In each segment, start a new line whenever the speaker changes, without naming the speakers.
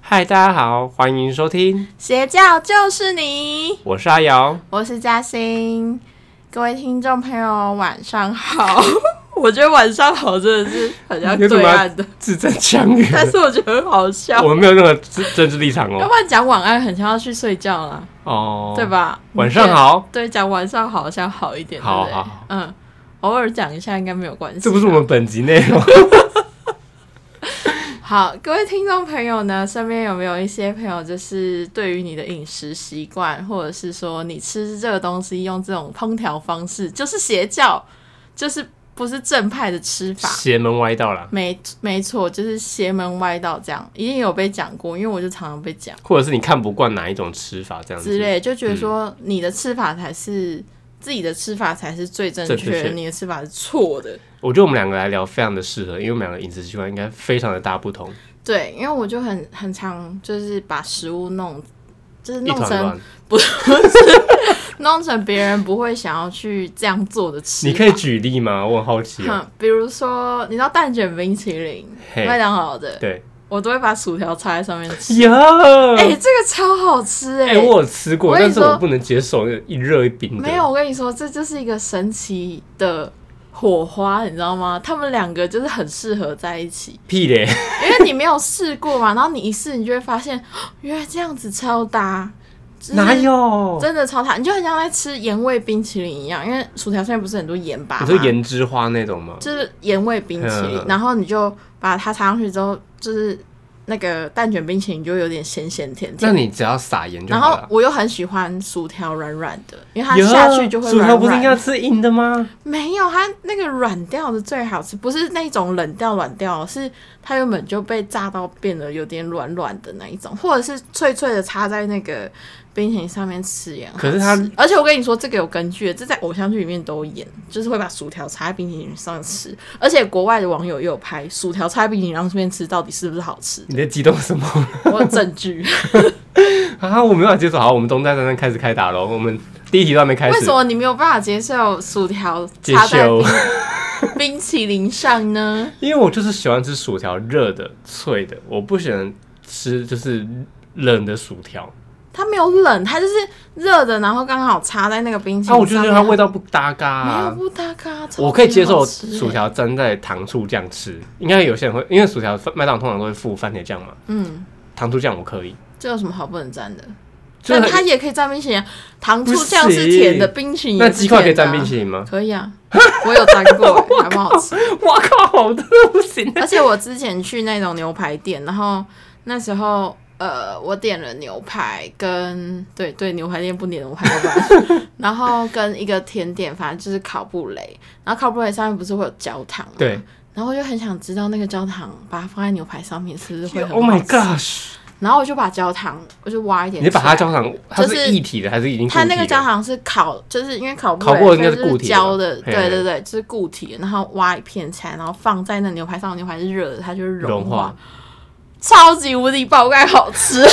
嗨，大家好，欢迎收听，
邪教就是你，
我是阿瑶。
我是嘉欣，各位听众朋友晚上好。 我觉得晚上好真的是很像对 岸的，
字正腔圆，
但是我觉得很好笑。
我们没有任何政政治立 场
要
哦。
不然讲晚安很像要去睡觉啦，
哦，
对？吧？
晚上好，
对，讲晚上好像好一点，
好
对不对
好好
嗯，偶尔讲一下应该没有关系。
这不是我们本集内 容。
好，各位听众朋友呢，身边有没有一些朋友，就是对于你的饮食习惯，或者是说你吃这个东西用这种烹调方式，就是邪教，就是不是正派的吃法？
邪门歪道啦，
没没错，就是邪门歪道这样，一定有被讲过，因为我就常常被讲
或者是你看不惯哪一种吃法这样
之
子。
类，就觉得说你的吃法才是、自己的吃法才是最正
正
确
确
的，你的吃法是错的。
我觉得我们两个来聊非常的适合，因为我们两个饮食习惯应该非常的大不同，
对，因为我就很很常就是把食物弄，就是
一
弄
团
成
乱。
弄成别人不会想要去这样做的吃法。
你可以举例吗？我很好奇哦。
哼，比如说，你知道蛋卷冰淇淋，
嘿
麦当劳的，
对，
我都会把薯条插在上面 吃。
呀，
哎、这个超好吃哎、
哎，我有吃过，
我跟你
但是
说
我不能接受那个一热一冰的。
没有，，我跟你说，这就是一个神奇的火花，你知道吗？他们两个就是很适合在一起，
屁嘞！
因为你没有试过 嘛，然后你一试，你就会发现， 哦原来这样子超搭。就是
哪有？
真的超搭，你就很像在吃盐味冰淇淋一样，因为薯条上面不是很多盐巴吗？
你说盐之花那种吗？
就是盐味冰淇淋，
嗯
然后你就把它插上去之后，就是那个蛋卷冰淇淋就有点咸咸甜
那
甜。
你只要撒盐就
然
好
后
了。
我又很喜欢薯条软软的，因为它
有啊
下去就会
薯
软
条不是应
软
该
的。
吃硬的吗？
没有，它那个软掉的最好吃，不是那种冷掉软掉，是它原本就被炸到变得有点软软的那一种，或者是脆脆的插在那个冰淇淋上面吃也很好吃。
可是它
而且我跟你说，这个有根据的，这在偶像剧里面都演，就是会把薯条插在冰淇淋上面吃，而且国外的网友也有拍薯条插在冰淇淋上面吃，到底是不是好 吃？
你在激动什么
我有证据。
啊？我没办法接受。好，我们东站站站开始开打喽。我们第一题都还没开
为
始
什，么你没有办法接受薯条
接
插在
受
冰冰淇淋上呢？
因为我就是喜欢吃薯条，热的、脆的，我不喜欢吃就是冷的薯条。
它没有冷，它就是热的，然后刚好插在那个冰淇
啊，我
淋
就
上
觉
面。
得它味道不搭嘎、
没有
啊。
不搭嘎，超级
我可以接受
好吃欸
薯。条沾在糖醋酱吃，应该有些人会，因为薯条麦当劳通常都会附番茄酱嘛，
嗯，
糖醋酱我可以。
这有什么好不能沾的？
就
但
很
它也可以沾冰淇淋啊，糖
不
醋酱是甜的，
行
冰淇淋
那
也是
鸡块可以
甜的
沾
啊
冰淇淋 吗？
可以 啊，我有沾过、欸，还蛮好吃。
哇靠，真的不行！
而且我之前去那种牛排店，然后那时候呃，我点了牛排跟对对牛排店不点牛排好 吧，然后跟一个甜点，反正就是烤布雷，然后烤布雷上面不是会有焦糖吗？
对。
然后我就很想知道那个焦糖把它放在牛排上面是不是会很好
，Oh my
吃
gosh！
然后我就把焦糖，我就挖一点
你
出
把
来。
它焦糖，它
就是
是一体的还是已经固体
它
的？
那个焦糖是烤，就是因为烤布
烤过
所
应该
以
是
就
固体的
焦的，
嘿
对对对，就是固体的，然后挖一片起来，然后放在那牛排上，牛排是热的，它就会
融
融化，，超级无敌爆盖好 吃，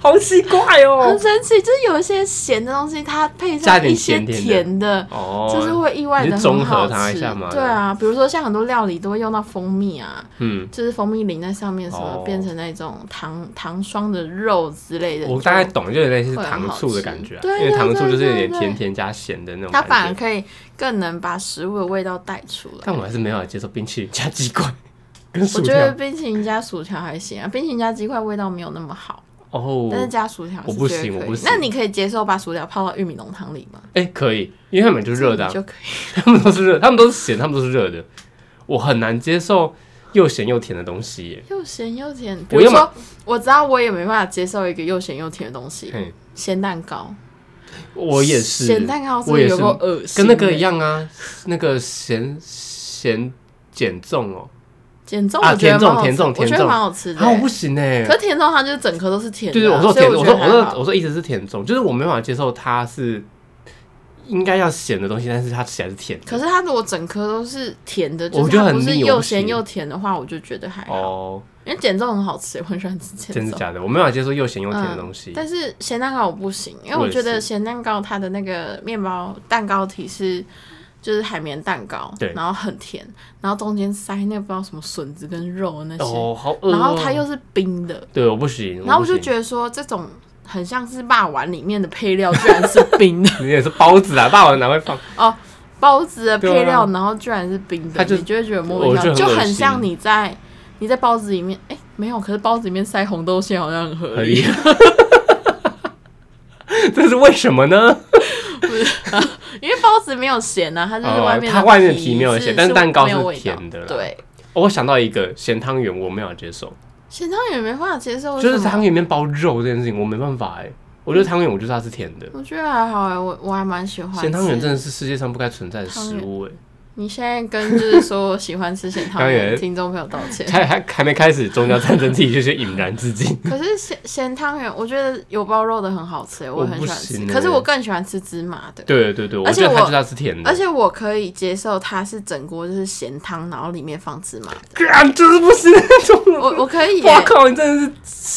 好奇怪
很
哦。
神奇。就是有一些咸的东西，它配
加
上
点
一些
咸甜的
甜的，
哦，
就是会意外
你
的
就综
很好
合它一
吃
下嘛
对啊，比如说像很多料理都会用到蜂蜜啊，
嗯，
就是蜂蜜淋在上面，什么
哦
变成那种糖糖霜的肉之类的。
我大概
就
懂，就有点类似糖醋的感觉啊，
会很好
因
吃
为糖醋就是有
对对
点
对对
甜甜加咸的那种
它反而
感觉。
可以更能把食物的味道带出来。
但我还是没办法接受冰淇淋加鸡块跟
我
薯
觉得
条。
冰淇淋加薯条还行啊，冰淇淋加鸡块味道没有那么好，
哦，
但是加薯条是
我不
绝对
行
可以
我不行
那你可以接受把薯条泡到玉米浓汤里吗？
哎，可以，因为他们就是热的啊
你，就可以。
他们都是热，他们都是咸，他们都是热的。我很难接受又咸又甜的东西耶。
又咸又甜，比
我
如
要
说，我知道我也没办法接受一个又咸又甜的东西，
嘿，
咸蛋糕。
我也是，
咸蛋糕真
我
的
也
有
是
够恶
跟
心的，
那个一样啊，那个咸咸减重哦，
欸减重，
啊
我觉
甜
得
粽
蛮好吃
甜粽
我觉
甜粽
得蛮好吃的
啊，我不
欸。
行哎、
可是甜粽它就是整颗都是甜的
对
啊，
对，我说
所以
甜，我说
觉得
我
还
说
好
我说一直是甜粽，就是我没办法接受它是应该要咸的东西，但是它吃起来是甜的。
可是它如果整颗都是甜的，
我
就是
觉得
它
很
不是
腻我
又
不行
咸又甜的话，我就觉得还好。
哦，
因为减重很好吃，我很喜欢吃减
真
重
的。假的？我没办法接受又咸又甜的东西。
但是咸蛋糕我不行，因为
我
我
也
觉
是
得咸蛋糕它的那个面包蛋糕体是就是海绵蛋糕，
对
然后很甜，然后中间塞那个不知道什么笋子跟肉那些，
哦，好饿、哦。
然后它又是冰的，
对，我不行。
然后我就
得
觉得说这种很像是霸丸里面的配料居然是 冰的
你也是包子啊，霸王哪会放？
哦。包子的配料，
对啊
然后居然是冰的
它，就
你就会觉得莫名其妙，
我
就
就很恶心
很像你在你在包子里面，哎、没有，可是包子里面塞红豆馅好像很合
合
理
理， 这是为什么呢？
因为包子没有咸呐、啊，它就是
哦
外面、
它外面皮没有咸但是蛋糕
没有
是
味道
甜的啦
对，
哦我想到一个咸汤圆，我没法接受，
咸汤圆没办法接受，为
就是
什么
汤圆里面包肉这件事情，我没办法哎、我觉得汤圆，我就是它是甜的。
我觉得还好哎、我我还蛮喜欢
咸汤圆
吃
真的是世界上不该存在的食物哎、
你现在跟就是说喜欢吃咸汤
汤
圆的
圆
听众朋友道歉。
欸还还还没开始宗教战争，自己就去引燃自己。
可是咸咸汤圆，我觉得有包肉的很好吃、欸，我
我
很
不
喜欢吃。
行欸
可是我更喜欢吃芝麻的，
对对对，我
而且
觉得它就
我
是它是甜的，
而且我可以接受它是整锅就是咸汤，然后里面 放芝麻的。
干就是不行那 种。
我我可以、
哇
欸，
靠，你真的是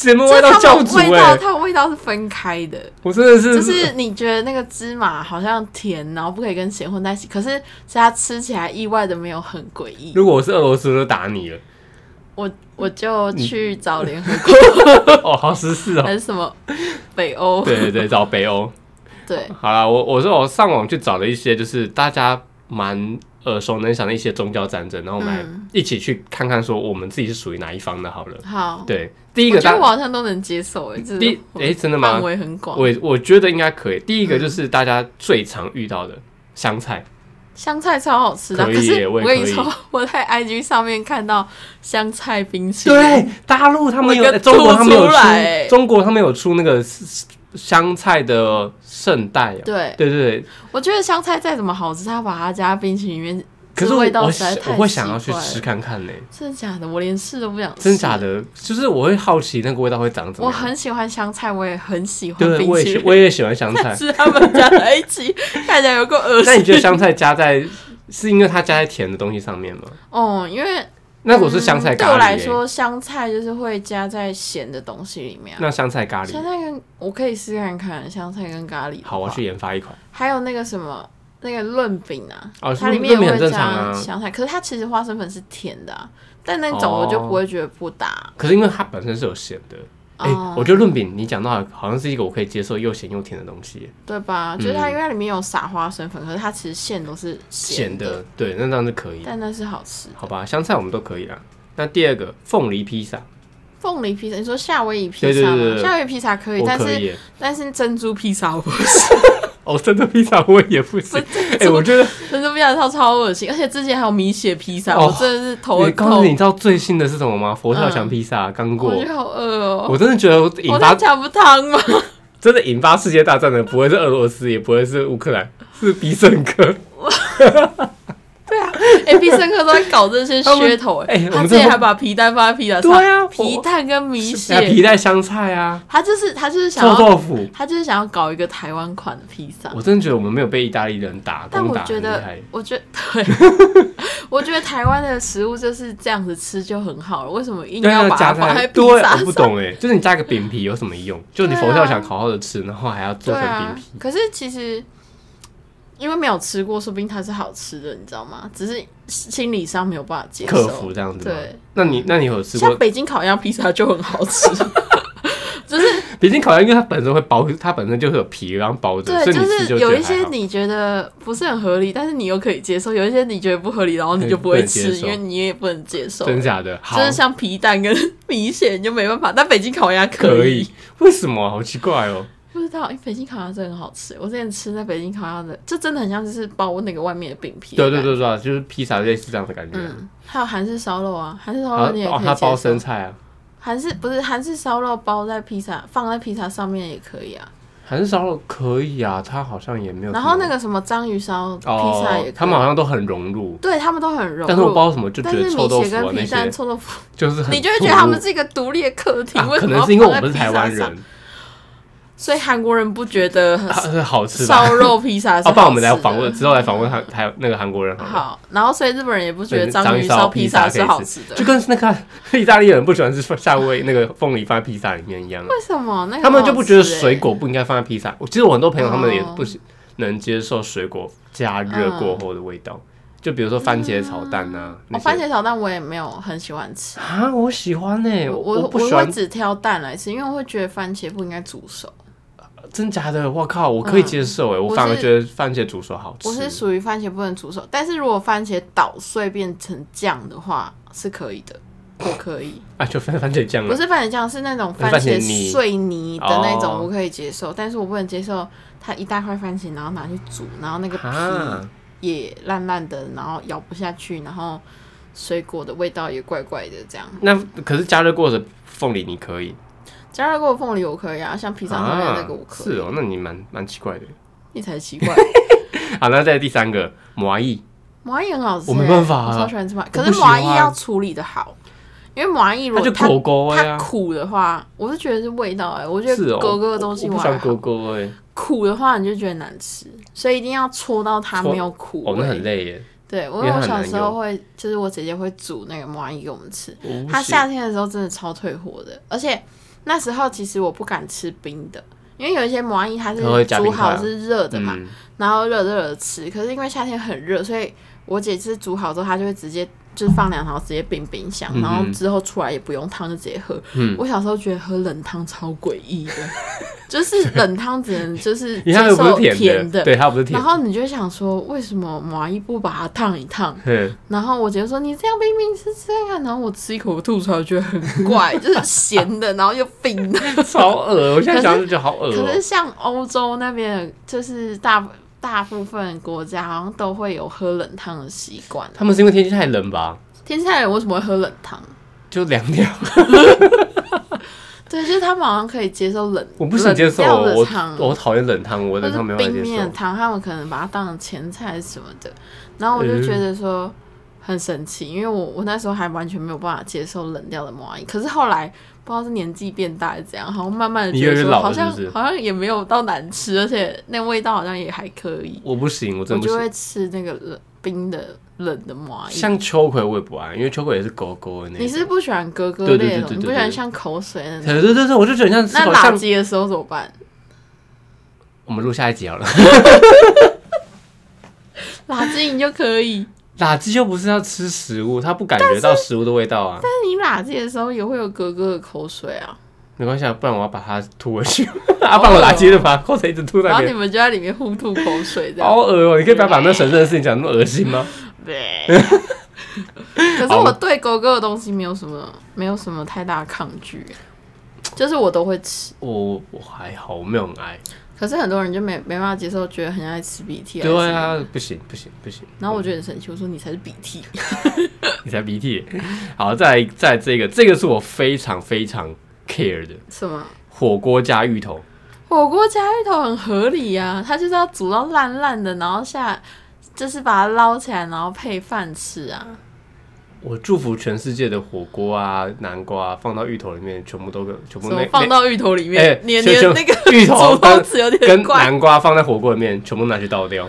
什么
就
味
是
道
它
教
们
主
味
哎、
道它们味道是分开的，
我真的是
就是你觉得那个芝麻好像甜，然后不可以跟咸混在一起，可是是它吃起来意外的没有很诡异。
如果我是俄罗斯，我就打你了。
我我就去找联合
哦，好十四
还
哦。
是 什么北欧？
对对对，找北欧。
对
好啦，我我说我上网去找了一些，就是大家蛮耳熟能详的一些宗教战争，然后我们来
嗯
一起去看看，说我们自己是属于哪一方的。好了，
好，
对，第一
我
个
觉得我
大，
好像都能接受诶，这
第哎、真的吗
范？围很广。
我我觉得应该可以。第一个就是大家最常遇到的香菜，
香菜超好吃的啊，
可以
可
耶
是
我也
跟你
可以
说， 我在 IG 上面看到香菜冰淇淋，
对，大陆他们有，
我一
哎
个
中国他们有
吐出来
出，中国他们有出那个香菜的圣代啊。
对，
对对对，
我觉得香菜再怎么好吃，它把它加冰淇淋里面，
可是
这
我
味道
我
实在
想
太
我会想要去
奇怪了
吃看看呢、
真的假的？我连试都不想吃，
真假？的，就是我会好奇那个味道会长怎么
我
样。
很喜欢香菜，我也很喜欢
对，
冰
我也
淇
喜
淋，
我也喜欢香菜
但。是他们加在一起， 看起来有够恶
那你觉得
心。
香菜加在是因为它加在甜的东西上面吗？
哦，因为
那我是香菜
嗯对
咖
我来
喱、欸，
说，香菜就是会加在咸的东西里面啊、
那香菜咖
香
喱，
菜跟我可以试看看香菜跟咖喱。
好，我要去。研发一款。
还有那个什么，那个润饼啊，
哦
它里
润
面也
润饼很
会
正常
加
啊
香菜，可是它其实花生粉是甜的、啊，但那种
哦
我就不会觉得不搭。
可是因为它本身是有咸的，哎、
哦
我觉得润饼你讲到好像是一个我可以接受又咸又甜的东西耶，
对吧？
嗯
就是它因为它里面有撒花生粉，可是它其实馅都是
咸
咸的，
的，对，那这样就可以，
但那是好吃。
好吧？香菜我们都可以啦。那第二个凤梨披萨，
凤梨披萨，你说夏威夷披
对对
萨吗？
对对对
夏威夷披萨可以，
我
但
可
是
以耶，
但是珍珠披萨我不 行。
哦，真的披萨我也不行，哎、我觉得
珍珠披萨超超恶心，而且之前还有米血披萨，
哦
我真的是头会
你告诉你
痛
知，道最新的是什么吗？佛跳墙披萨刚
我
过
觉，得好饿哦。
我真的觉得引
我
发
在讲不汤 吗？
真的引发世界大战的不会是俄罗斯，也不会是乌克兰，是必胜客。
哎，必胜客都在搞这些噱头
啊 他们
哎
哎，我
他
们
之前
这
还把皮蛋放在披萨
对
上，
啊，
呃皮
我
蛋跟米
哎皮
血，
带香菜啊，
他就是他就是想
臭
要
豆腐。
他就是想要搞一个台湾款的披萨，
我真的觉得我们没有被意大利人打
但
攻
我
打
觉
很厉
得
害。啊
我觉得 对，我觉得台湾的食物就是这样子吃就很好了，为什么硬
对啊
要把它
加
放在
在
披
对，
萨
我不
上？
懂哎，就是你加个饼皮有什么 用？就你
对啊
佛跳墙好好的吃，然后还要做
对
成
啊
饼皮，，
可是其实因为没有吃过，说不定它是好吃的，你知道吗？只是心理啊上没有办法接受。
克服这样子吗？
对，
那你那你有吃
像
过？
北京烤鸭披萨就很好 吃，就是
北京烤鸭，因为它本身会包，它本身就是有皮然后包着，所
对，
以
就
你吃
是
觉
有
得
一些
还好
你觉得不是很合理，但是你又可以接受；有一些你觉得不合理，然后你
对
就
不
不会
能接
吃，
受
因为你也不能接受。
真假的，好
就是像皮蛋跟 米血，你就没办法。但北京烤鸭
可
以
以，为什么啊？好奇怪哦。
不知道，因为北京烤鸭真的很好吃。我之前吃在北京烤鸭的，这真的很像就是包那个外面的饼皮。
对对。对对啊，就是披萨类似这样的感觉。
嗯，还有韩式烧肉啊，韩式烧
然后
肉你也可
哦
以，
它包
接受
生。菜啊，
韩式不是韩式烧肉包在披萨，放在披萨上面也可以啊。
韩式烧肉可以啊，它好像也没有什么。
然后那个什么章鱼烧披萨也可以，
哦，他们好像都很融入，
对他们都很融入。
但是我不知道为什么就觉
但是
得臭
米
豆
血
腐啊
跟
那
皮蛋
些
臭 豆腐，
就是很
你就会觉得他 们
突
是一个独立的客
兀
厅。
啊
为什
可
么要
能是因为我
放在
们是
披
台
萨
湾
上，
人，
所以韩国人不觉得
啊 是好吃 吧？
烧肉披萨 是
啊，
好吃的。
不然我们来访问，之后来访问韩台那个韩国人好了。
好，然后所以日本人也不觉得
对
章鱼
烧
烧披萨
可
是
以
好吃的
就。跟那个意大利人不喜欢吃夏威夷那个凤梨放在披萨里面一样啊，
为什么？那个
他们就不觉得
好吃欸欸
水果不应该放在披萨。我其实我很多朋友他们也
哦
不喜，能接受水果加热过后的味道。就比如说番茄炒蛋啊，
我、
那些
哦嗯番茄炒蛋我也没有很喜欢吃，
啊，我喜欢呢、
我
我
我
不喜
会
欢，
只挑蛋来吃，因为我会觉得番茄不应该煮熟。
真假的，我靠，我可以
嗯
接受哎、我
我
反而
是
觉得番茄煮熟好吃。
我是属于番茄不能煮熟，但是如果番茄捣碎变成酱的话是可以的，我可以。
啊，就番番茄酱
不
了，
是番茄酱，是那种番
番茄泥
茄碎泥的那种，
哦
我可以接受，但是我不能接受它一大块番茄，然后拿去煮，然后那个皮
啊，
也烂烂的，然后咬不下去，然后水果的味道也怪怪的，这样。
那可是加热过的凤梨你可以，
加热过的凤梨我可以啊，像披萨上面那个我可
是
以，
哦，那你蛮蛮奇怪的。
你才奇怪。
好，那再第三个麻蚁，
麻蚁很好吃、欸，
我没办法啊
我超喜欢吃麻，
我
可
不
是
喜
麻
欢
蚁要处理的好，因为麻蚁如
它
果
就
它
狗狗
它
啊，
苦的话，我是觉得是味道哎、我觉
是
得
哦，
狗狗的东西
我
我
不喜
还
欢
好
狗狗哎，
苦的话你就觉得难吃，所以一定要戳到它
戳
没有苦
哦，那很
味。
累耶，
对，
因
我
为它
我
很
小
难
时候
用
会，就是我姐姐会煮那个麻蚁给我们吃，
我不
它
行
夏天的时候真的超退火的，而且那时候其实我不敢吃冰的，因为有一些麻蚁它是
它会加
煮
冰块啊
好是热的嘛，
嗯
然后热热的吃。可是因为夏天很热，所以我姐是煮好之后，她就会直接就是放凉，然后直接冰冰箱，
嗯哼
然后之后出来也不用汤，就直接喝。
嗯
我小时候觉得喝冷汤超诡异的，就是冷汤只能就是
因为
接
它又不
受
是甜
的。
对，它不是甜
然。后你就会想说，为什么麻衣不把它烫一烫？
嗯，
然后我姐就说：“你这样冰冰吃吃看看。”然后我吃一口，我吐出来，我觉得很怪，就是咸的，然后又冰的。
超恶，我现在想就觉得好恶
可
哦、
是像欧洲那边，就是大大部分国家好像都会有喝冷汤的习惯。啊
他们是因为天气太冷吧？
天气太冷为什么会喝冷汤？
就凉掉。
对，就是他们好像可以接受冷，
我不想接受，
冷掉
我
的汤，
我讨厌冷汤，我
或
冷
是
汤没办
冰
法接
面
受。
汤，他们可能把它当成前菜什么的。然后我就
嗯
觉得说很神奇，因为我我那时候还完全没有办法接受冷掉的蚂蚁，可是后来不知道是年纪变大还是怎样，好像慢慢的
你
觉
越
得
来越
说
老了
好像
是不是
好像也没有到难吃，而且那味道好像也还可以。
我不行，我
我
真的
就
不行。
会吃那个冷冰的冷的蚂蚁。
像秋葵我也不爱，因为秋葵也是狗狗的那
你
种。
是不喜欢咯咯
对对
类
对
的，
对
你
对
不喜欢
对
像口水那种。
对对对对，我就觉得像吃
那
口
垃
像
圾的时候怎么办？
我们录下一集好了。
垃圾你就可以，
垃圾又不是要吃食物，它不感觉到食物的味道啊。
但是你垃圾的时候也会有咯咯的口水啊，
没关系啊，不然我要把它吐回去。 啊，不然我垃圾就把口水一直吐在
哦然
那
后你
边。
们就在里面互吐口水这样
好。恶哦、你 可以不要把那神圣的事情讲那么恶心吗？
可是
好
我对狗狗的东西没有什么，没有什么太大的抗拒，就是我都会吃。
哦我我还好，我没有很爱。
可是很多人就没没办法接受，觉得很爱吃鼻涕。
对，啊，不行不行不行。
然后我就很生气，我说你才是鼻 涕。
你才鼻涕。 好，再来再来这个，这个是我非常非常 care 的
什么？
火锅加芋头。
火锅加芋头很合理啊，它就是要煮到烂烂的，然后下就是把它捞起来，然后配饭吃啊。
我祝福全世界的火锅啊、南瓜啊，放到芋头里面，全部都跟全部
怎
那
么放到芋头里
哎
面？你你
就就
那个
芋头
煮动
跟
词有点
跟
怪。
南瓜放在火锅里面，全部拿去倒掉，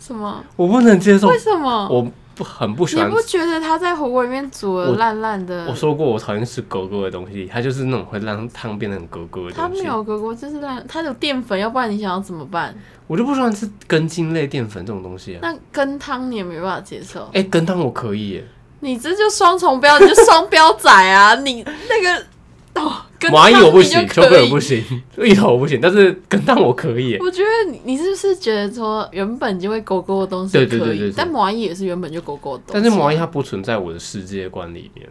什么？
我不能接受
为，什么？
我不很不喜
你
欢
不。觉得它在火锅里面煮的
我
烂烂的
我？说过，我讨厌吃狗狗的东西，它就是那种会让汤变得很狗狗的
它
东
没
西。
有哥哥，就是烂，它有淀粉，要不然你想要怎么办？
我就不喜欢吃根茎类淀粉这种东西啊。
那羹汤你也没办法接受，
哎、羹汤我可以耶，
你这就双重标，你就双标仔啊！你那个哦，羹汤
蚂蚁我不
你就
行，秋
可
葵我
以
不行，芋头我不行，但是羹汤我可以耶。
我觉得你你是不是觉得说原本就会勾勾的东西
对
可以，
对对对对
但蚂蚁也是原本就勾勾的东西。
但是毛衣，它不存在我的世界观里面，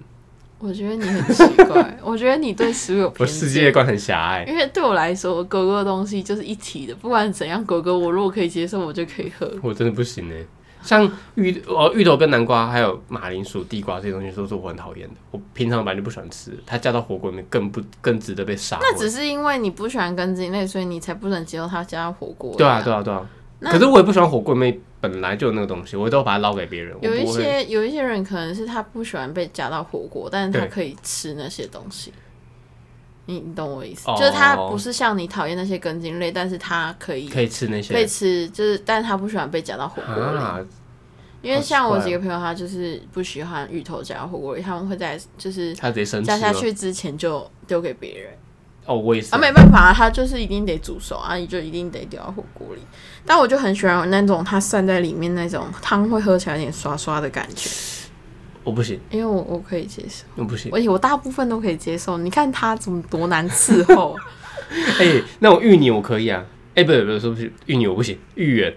我觉得你很奇怪，我觉得你对食物有
我
偏
世界
见。
观很狭隘。
因为对我来说，狗狗的东西就是一体的，不管怎样，狗狗我如果可以接受，我就可以喝。
我真的不行呢、欸像芋哦芋头跟南瓜还有马铃薯、地瓜这些东西都是我很讨厌的，我平常本来就不喜欢吃，它加到火锅里面更不更值得被杀。
那只是因为你不喜欢根茎类，所以你才不能接受它加火锅。
对啊对啊对啊，
那
可是我也不喜欢火锅里面本来就有那个东西，我都把它捞给别人。我
有一
不会，
些有一些人可能是他不喜欢被加到火锅，但是他
对
可以吃那些东西。你你懂我意思
哦
就是他不是像你讨厌那些根茎类，但是他可以
可以吃那
可
些
以吃，就是但是他不喜欢被加到火锅里。
啊，
因为像
好奇怪
我
哦
几个朋友，他就是不喜欢芋头加到火锅里，他们会在就是
它直接生吃
加下
了。
去之前就丢给别人。
哦，我也是
啊，没办法、啊，它就是一定得煮熟啊，你就一定得丢到火锅里。但我就很喜欢那种它散在里面那种汤会喝起来有点刷刷的感觉，
我不行，
因为我我可以接受，
我不行。
而且我大部分都可以接受。你看它怎么多难伺 候啊，
哎、那种芋泥我可以啊。哎、不不不，说不是芋泥我不行，芋圆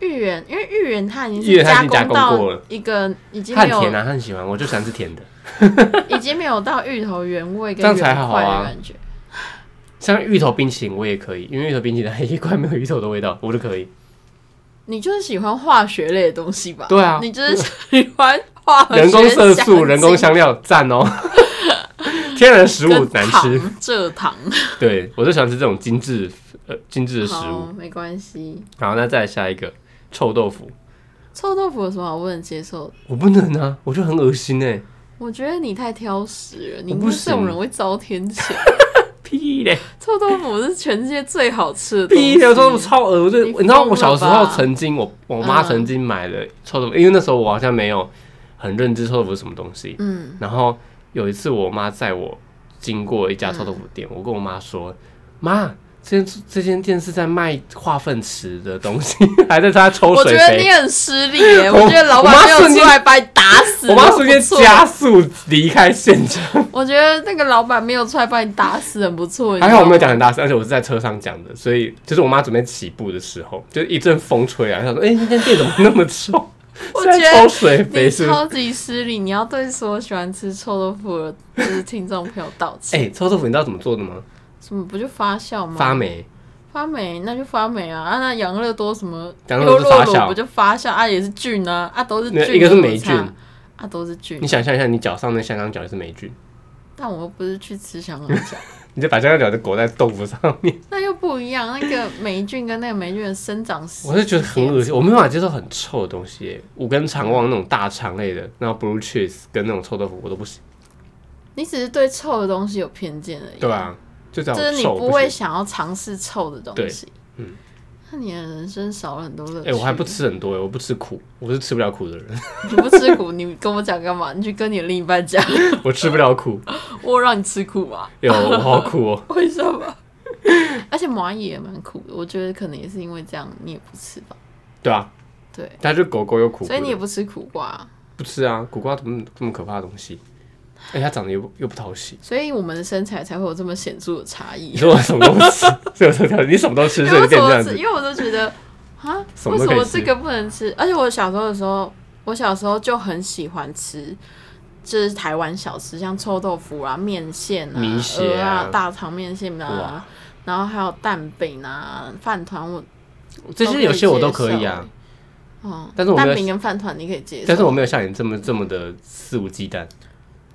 芋圆，因为芋圆它已经
芋
是
圆它已经加
工
工过
到
了
一个已经
它
没
很
有
甜啊，它很喜欢，我就喜欢吃甜的。
已经没有到芋头原味
这
跟
样才
原
好
块
啊
的感觉。
像芋头冰淇淋我也可以，因为芋头冰淇淋它一块没有芋头的味道，我就可 以。
你就是喜欢化学类的东西吧？
对啊
你就是喜欢化学
人工色素、
精
人工香料，赞哦！ 天然食物
跟
难
糖
吃，，
蔗糖。
对我就喜欢吃这种精致呃精致的食
好
物。，
没关系。
好，那再来下一个臭豆腐，
臭豆腐有什么好不能接受的？
我不能啊，我觉得很恶心哎、
我觉得你太挑食了，你
我不
不是这种
行
人会遭天谴。
屁嘞，
臭豆腐是全世界最好吃的东西
屁嘞，臭豆腐超恶心。
你
你知道
疯
我小时
了
候
吧
曾经，我我妈
嗯
曾经买了臭豆腐，因为那时候我好像没有很认知臭豆腐是什么东西，
嗯，
然后有一次，我妈载我经过一家臭豆腐店，我跟我妈说：“妈，这间这间店是在卖化粪池的东西， 还在他抽
我觉
水
得你
杯。
很失礼耶。
我
我觉得老
我妈
板没有
瞬间
出来把你打”死，
我妈瞬间
很不错
加速离开现场，
我觉得那个老板没有出来把你打死，很不错。
还好我没有讲
你
很大声，而且我是在车上讲的，所以就是我妈准备起步的时候，就一阵风吹来，她说：“哎、那间店怎么那么臭？
我
是在
觉得
抽水
知道吗你
杯是不是
超级失礼，你要对所有喜欢吃臭豆腐的就是听众朋友道？”歉。
哎、臭豆腐你知道怎么做的吗？
什么不就发酵吗？
发霉，
发霉，那就发霉啊！啊，那养乐多什么
养乐多是
优酪
发
乳
酵
不就发酵啊？也是菌啊，啊都是菌
那
啊，
一个是
有什么
霉菌
差啊都是菌
你。想象一下，你脚上那香港脚也是霉菌，
但我又不是去吃香港脚，
你就把香港脚就裹在豆腐上面。
那又不一样。那个霉菌跟那个霉菌的生长史，
我是觉得很恶心，我没办法接受很臭的东西耶。五根肠旺那种大肠类的，然后 blue cheese 跟那种臭豆腐我都不行，
你只是对臭的东西有偏见而已。
对啊，就这
哎就是
样
你
臭
不
不
会
行。
想要尝试臭的东西。
嗯，
那你的人生少了很多乐趣。
哎、我还不，吃很多耶，我不吃苦，我是吃不了苦的人，
你不吃苦，你跟我讲干嘛？你去跟你的另一半讲，
我吃不了 苦，
我有让你吃苦吗？
有我好苦哦、
为什么？而且蚂蚁也蛮苦的，我觉得可能也是因为这样，你也不吃吧？
对啊，
对，
但是狗狗有苦苦的
所以你也不吃苦瓜，
不吃啊，苦瓜怎么这么可怕的东 西？哎、它长得又不又不讨喜。
所以我们的身材才会有这么显著的差异
你。说我什么都不吃，所以我说挑你什么都吃，
因
所以
为
就变这
我怎么
样
吃？
子
因。为我都觉得 啊，
什么都
为什
可以
么
吃
这个不能吃？而且我小时候的时候，我小时候就很喜欢吃。就是台湾小吃，像臭豆腐啊、面线啊、
米血
鹅
啊
啊、大肠面线啊
哇，
然后还有蛋饼啊、饭团，我
这些有些我都可以啊，
哦，
但是我没有
蛋饼跟饭团你可以接受，
但是我没有像你这么这么的肆无忌惮。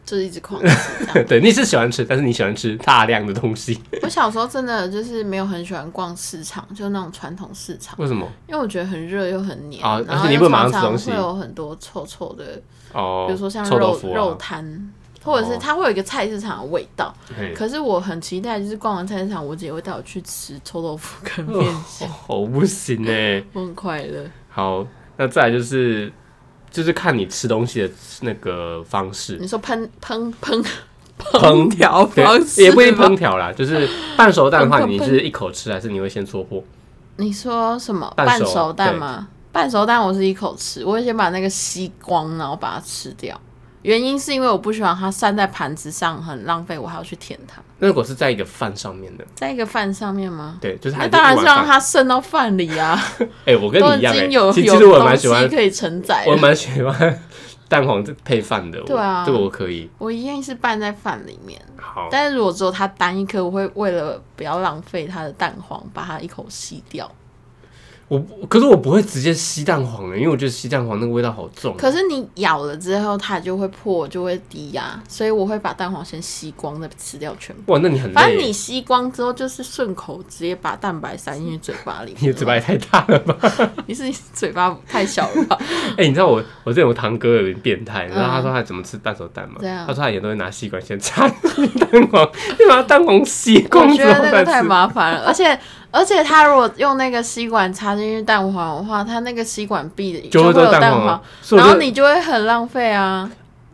就是一直狂吃这样。
对，你是喜欢吃，但是你喜欢吃大量的东西，
我小时候真的就是没有很喜欢逛市场，就那种传统市场，
为什么？
因为我觉得很热又很黏，
啊而
然
且
后
你
又
不马上吃
常常
东西
会有很多臭臭的，
哦，
比如说像
臭豆
肉
腐、啊、
肉摊，或者是
哦
它会有一个菜市场的味道。
嘿
可是我很期待，就是逛完菜市场，我姐会带我去吃臭豆腐跟面线，
哦，我不行哎。
我很快乐。
好，那再来就是就是看你吃东西的那个方式，
你说喷喷喷
烹
调
对
方，式
也不一定
吗
烹调啦，就是半熟蛋的话，
烹烹
你是一口吃还是你会先戳破？
你说什么
半熟
半熟蛋
对
吗？半熟蛋我是一口吃，我会先把那个吸光，然后把它吃掉。原因是因为我不喜欢它散在盘子上，很浪费，我还要去舔它。
那如果是在一个饭上面的，
在一个饭上面吗？
对，就是还
那
是
当然
一
是
碗
让
饭。
它渗到饭里啊，
哎，我 跟
都
你
已
一样哎
经有，
其实
有
其实我
东
蛮喜
西
欢，
可以承载
我
了。
蛮喜欢 蛋黄配饭的，我
对啊
这个我可以。
我一定是拌在饭里面，
好，
但是如果只有它单一颗，我会为了不要浪费它的蛋黄，把它一口吸掉。
我不可是我不会直接吸蛋黄的，欸因为我觉得吸蛋黄那个味道好重。
可是你咬了之后，它就会破，就会低压，所以我会把蛋黄先吸光，再吃掉全部。
哇，那你很累耶。欸
反正你吸光之后，就是顺口直接把蛋白塞进去嘴巴里。
你的嘴巴也太大了吧？
你是你嘴巴太小了吧？
哎、你知道我我之前我堂哥有点变态，你知道他
嗯啊
说他怎么吃半熟蛋吗？
怎样
他说他以前都会拿吸管先插 进蛋黄，先把蛋黄吸光
我
之
觉得
后
那
再
个太
吃。
麻烦了，而且而且他如果用那个吸管插进去蛋黄的话，他那个吸管壁
就
会
会
有
有蛋
蛋
黄
黄
啊，，所以
然
我
后
就
你就会很浪费啊。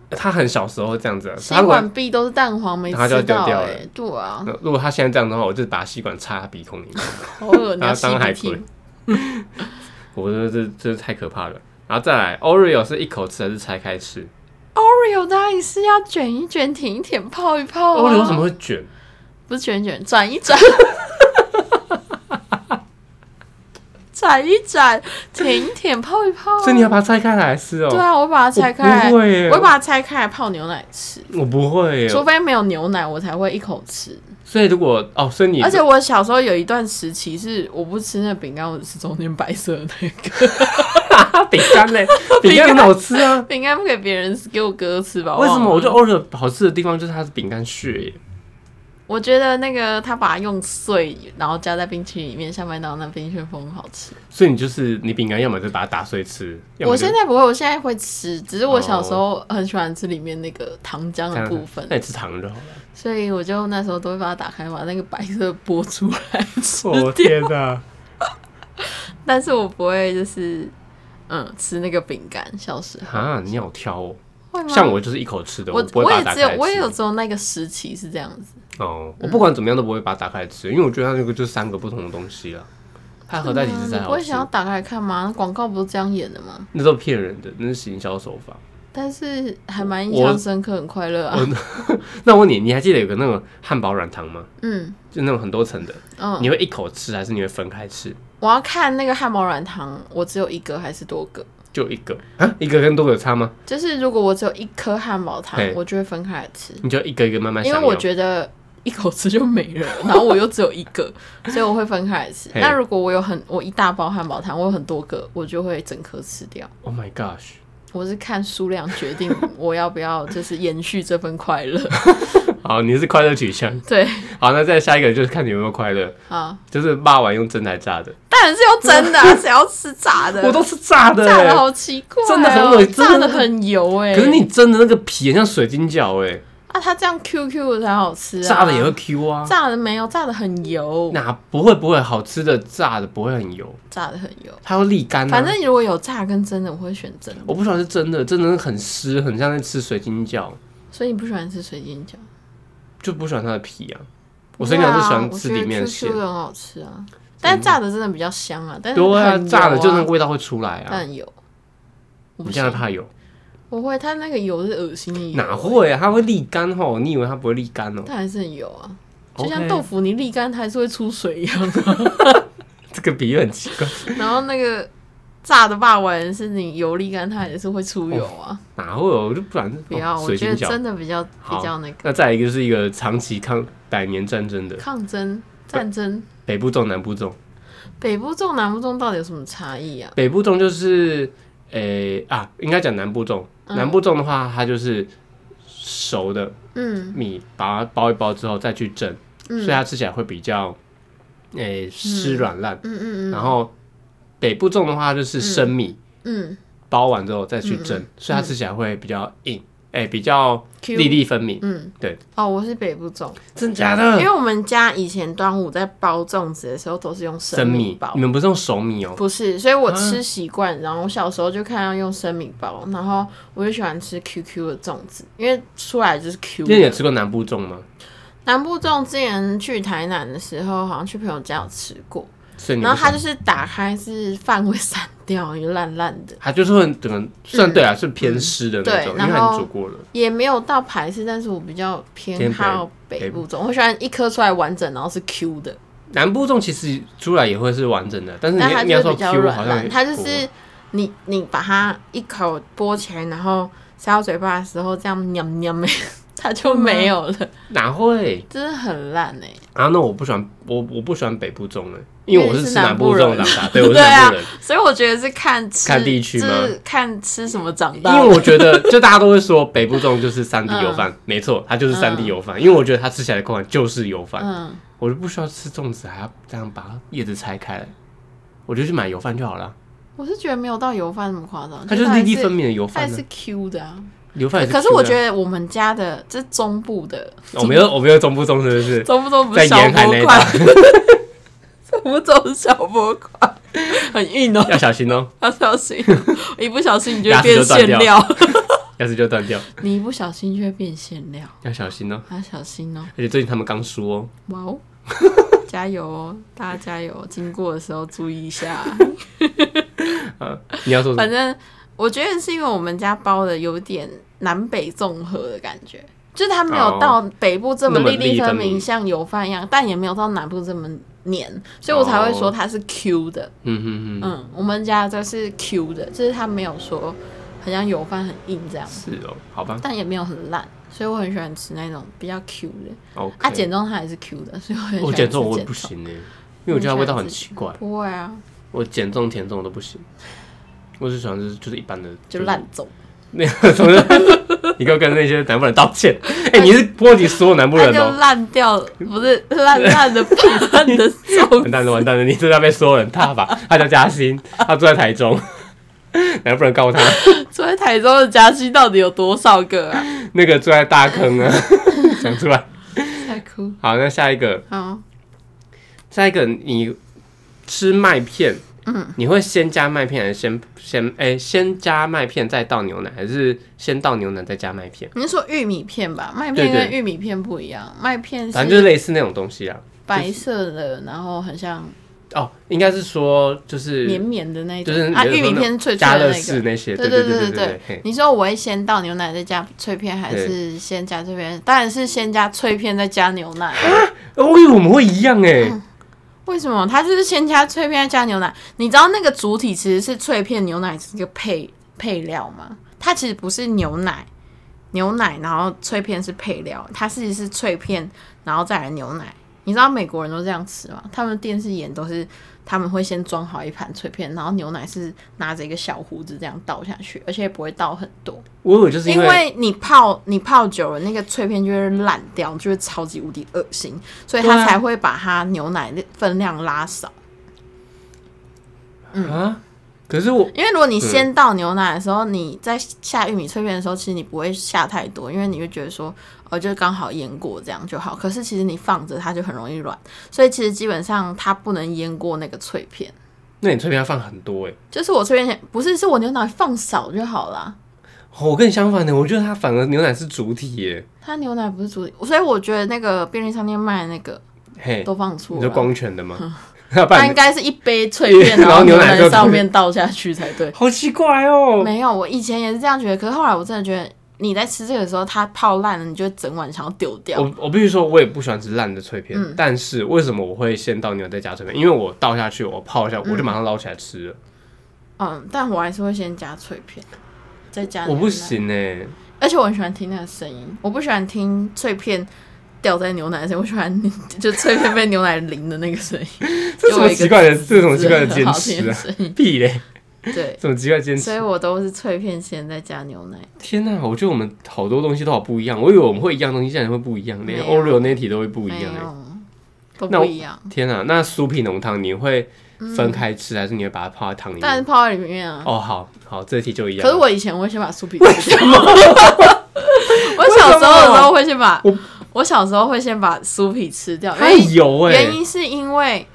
哎、他很小时候这样子啊，
吸
他如果
管壁都是蛋黄，没
它就要
吃
丢
到
掉了
哎、对啊，
如果他现在这样的话，我就把吸管插他鼻孔里面，
好恶，你
把他
要吸
当海
鼻
龟
涕。
我觉得这这太可怕了。然后再来，Oreo 是一口吃还是拆开吃
Oreo 当然是要卷一卷、舔一舔、泡一泡、啊。
？Oreo 哦为什么会卷？
不是卷卷，转 一转，转一转，舔一舔，泡一泡。
所以你要把它拆开来吃哦、
对啊，我把它拆开来，
我不会耶
我会把它拆开来泡牛奶吃，
我不会耶。
除非没有牛奶，我才会一口吃。
所以如果哦，所以你
而且我小时候有一段时期是我不吃那饼干，我只吃中间白色的那个
饼干嘞，饼干很好吃啊。
饼干，不给别人吃，给我哥哥吃吧。
为什么？
忘
我
了
觉得 Oreo 好吃的地方就是它的饼干屑耶。
我觉得那个他把它用碎，然后加在冰淇淋里面，像麦当劳那冰旋风好吃。
所以你就是你饼干，要么就把它打碎吃。要么
我
就
现在不会，我现在会吃，只
哦
是我小时候很喜欢吃里面那个糖浆的部分，
那你吃糖就好了。
所以我就那时候都会把它打开，把那个白色剥出来吃。
我哦天 哪！
但是我不会就是嗯吃那个饼干，小时候
啊，你好挑哦。
会吗？
像我就是一口吃的，
我
不会把
也
它打
只
开来
有
吃。
我也有只嗯有那个时期是这样子，
哦，我不管怎么样都不会把它打开来吃，因为我觉得它那个就是三个不同的东西了，它合在一起吃
嗯
才
你不
好
会
吃
想。要打开来看吗？广告不是这样演的吗？
那都骗人的，那是行销手法。
但是还蛮印
我
象深刻，很快乐啊。
那我问你，你还记得有个那种汉堡软糖吗？
嗯
就那种很多层的，
嗯，
你会一口吃还是你会分开吃？
我要看那个汉堡软糖，我只有一个还是多个？
就一个啊，一个跟多个有差吗？
就是如果我只有一颗汉堡糖
嘿，
我就会分开来吃，
你就一个一个慢慢
因
享
为
用。
我觉得一口吃就没了， 然后我又只有一 个，所以我会分开来吃。
嘿
那如果我有很我一大包汉堡糖，我有很多个，我就会整颗吃掉。
Oh my gosh！
我是看数量决定 我要不要就是延续这份快乐。
好，你是快乐取向。
对
好，那再下一个就是看你有没有快乐，
啊，
就是骂完用真奶炸的，
当然是用真的、 啊，谁要吃炸的？
我都是炸的、
炸
欸。
的好奇怪、哦，
真的很恶心
炸
真的
的很油哎、
可是你蒸的那个皮很像水晶饺哎、
啊，它这样 QQ 的才好吃啊，
炸的也会 Q 啊。
炸的没有，炸的很油，
哪不会不会，好吃的炸的不会很油，
炸的很油。
它会沥干、啊。
反正如果有炸跟蒸的，我会选蒸的。
我不喜欢是真的，真的很湿，很像在吃水晶饺，
所以你不喜欢吃水晶饺？
就不喜欢它的皮啊。我水晶饺是喜欢吃里面的馅
对啊我觉得 QQ 的很好吃啊。但炸的真的比较香啊，但是
对啊，
很油
炸的就那个味道会出来啊。
但油。
你
我不
现在
行，
怕油？
我会，它那个油是恶心的油，
哪会啊？它会沥干吼，你以为它不会沥干哦？
但还是很油啊。就
OK
像豆腐你沥干，它还是会出水一样。
这个比喻很奇怪，
然后那个炸的霸丸是你油沥干，它也是会出油啊。
哪会有？就不然
不要，
哦
我
水
觉
晶
得
饺
真。的比较
好
比较那个
那再一个就是一个长期抗百年战争的
抗争战争。
北部粽、南部粽。
北部粽、南部粽到底有什么差异啊？
北部粽就是，诶、啊，应该讲南部粽。
嗯
南部粽的话，它就是熟的
嗯
米，把它包一包之后再去蒸，
嗯
所以它吃起来会比较，诶、湿软烂。
嗯嗯嗯
然后北部粽的话就是生米、
嗯
包完之后再去蒸，所以它吃起来会比较硬，诶、比较
，Q
粒粒分明。
嗯，
对。
哦，我是北部粽，
真假
因
的？
为我们家以前端午在包粽子的时候都是用
生
米
米
包
你，们不是用熟米哦、
不是，所以我
啊
吃习惯。然后我小时候就看到用生米包，然后我就喜欢吃 QQ 的粽子，因为出来就是 Q
那你有
的。
吃过南部粽吗？
南部粽之前去台南的时候，好像去朋友家有吃过，
所以你
然后
不
它就是打开是饭会散掉，就烂烂的，
它就是会整个算对啊，是偏湿的那种，
对
因为
嗯然
它已
后
经煮过了。
也没有到排斥，但是我比较
偏
偏
北
好北部粽，我喜欢一颗出来完整，然后是 Q 的。
南部粽其实出来也会是完整的，但是
但
你
它
你
就
要
是
说
比较
Q
软
好像
烂，
也
它就
不
是你你把它一口剥起来，然后塞到嘴巴的时候这样喵喵的，它就没有了，
哪会？
真的很烂哎、
然后那我不喜欢我我不喜欢北部粽的，欸因为我
因为你
吃
是
南部粽
南部人
长大，对我是
对
南
啊
部人，
所以我觉得是看吃
看地区
就
吗
是看吃什么长
因
大
为我觉得就大家都会说北部粽就是三 D 油饭，没错，它就是三 D
嗯
油饭，因为我觉得它吃起来的口感就是油饭，
嗯，
我就不需要吃粽子还要这样把叶子拆开来，我就去买油饭就好了，
我是觉得没有到油饭那么夸张，
它就是
还
粒粒分明的油
它
饭
也
呢
是 Q 的啊。
油饭也
可是我觉
得
得我们家的这中部的
我没有我没有中部粽是不是？
中部中不
在
是小
沿海那一
波
带
块， 中部中是小波块，很硬哦。
要小心哦、
要小心，一不小心你就
牙
会
齿就
变馅
断
料。
要是就断掉，
你一不小心就会变馅料，
要小心哦。
要小心哦！
而且最近他们刚输哦，
哇 哦，加油哦，大家加油！经过的时候注意一 下。
你要说什么
反正我觉得是因为我们家包的有点南北综合的感觉，就是它没有到北部这么
那么
粒粒
粒
分
分
明，
明
像油饭一样，但也没有到南部这么黏，所以我才会说
哦
它是 Q 的。
嗯嗯嗯，
嗯，我们家这是 Q 的，就是它没有说很像油饭很硬这样，
是哦，好吧
但也没有很烂，所以我很喜欢吃那种比较 Q 的。
，OK。
啊，减重它也是 Q 的，所以我很喜欢
我
吃
减重我也
减
不。行呢，因为我觉得它味道很奇怪。
不会啊，
我减重甜重都不行，我只喜欢就是就是一般的，
就是烂粽。
那个 什么的，你给我跟那些南部人道 歉。哎、你是波及所有南部
它
人
就
哦、
烂掉了，不是烂烂的烂
完
的粽。
蛋了，完蛋了，你真的要被所有人踏伐。他叫嘉欣，他住在台中，南部人告他。
住在台中的嘉欣到底有多少个啊？
那个住在大坑啊， 讲出来。
太酷。
好，那下一个，
好，
下一个你吃麦片，嗯，你会先加麦片还是先先哎、先加麦片再倒牛奶，还是先倒牛奶再加麦片？
你是说玉米片吧？麦
对
片跟
对
玉米片不一样，麦片
反正就是
是
类似那种东西啊。
白色的，然后很像
哦，应该是说就是
绵绵的那一种
就是
啊，
你就
玉
说
米
那
片是脆脆
加热
的那
式
个。
那些，
对
对
对
对
对
对，嘿
你说我会先倒牛奶再加脆片，还是先加脆片？当然是先加脆片再加牛奶。
哦我以为我们会一样哎，
嗯为什么？它就是先加脆片再加牛奶。你知道那个主体其实是脆片牛奶是一个配配料吗？它其实不是牛奶，牛奶然后脆片是配料，它其实是脆片然后再来牛奶。你知道美国人都这样吃吗？他们电视演都是他们会先装好一盘脆片，然后牛奶是拿着一个小壶子这样倒下去，而且不会倒很多，
我以为就是
因
为
为你泡你泡久了，那个脆片就会烂掉，就会超级无敌恶心，所以
对
他
啊
才会把它牛奶的分量拉少。嗯
啊，可是我
因为如果你先倒牛奶的时候，你在下玉米脆片的时候，其实你不会下太多，因为你会觉得说，哦，就是刚好腌过这样就好。可是其实你放着它就很容易软，所以其实基本上它不能腌过那个脆片。
那你脆片要放很多哎，
就是我脆片前不是，是我牛奶放少就好啦。
哦我跟你相反的，我觉得它反而牛奶是主体耶，
它牛奶不是主，所以我觉得那个便利商店卖的那个
嘿，
都放错
你
了
说。光泉的吗？ 不
它应
然
该是一杯脆片，
然
然
后
后牛
牛奶
奶
就
上面倒下去才对。
好奇怪哦，
没有，我以前也是这样觉得，可是后来我真的觉得，你在吃这个的时候，它泡烂了，你就整碗想要丢掉。
我我必须说，我也不喜欢吃烂的脆片，
嗯
但是为什么我会先倒牛奶再加脆片？因为我倒下去，我泡一下，我就马上捞起来吃了，
嗯，但我还是会先加脆片，再加牛
我
奶
不，行哎，
而且我很喜欢听那个声音，我不喜欢听脆片掉在牛奶的声音，我喜欢就脆片被牛奶淋的那个声音，
这什么奇怪的， 这什么
很
奇怪的坚
好听
持
的
啊？
声音。
屁嘞，
对，
什么奇怪的坚持
所以？我都是脆片先，再加牛奶。
天呐、我觉得我们好多东西都好不一样。我以为我们会一样东西，竟然会不一样，连
没有
Oreo 那一题都会不一
没
样、欸。
有，都
那
不
我
一样，
天呐、那酥皮浓汤你会分开吃，还是你会把它泡在汤里
但是
面？
泡在里面啊。
哦，好好，这题就一样。
可是我以前我会先把酥皮吃掉。 我小时候的时候会先把
我
我小时候会先把酥皮吃掉，因
它
为
油哎、
原因是因为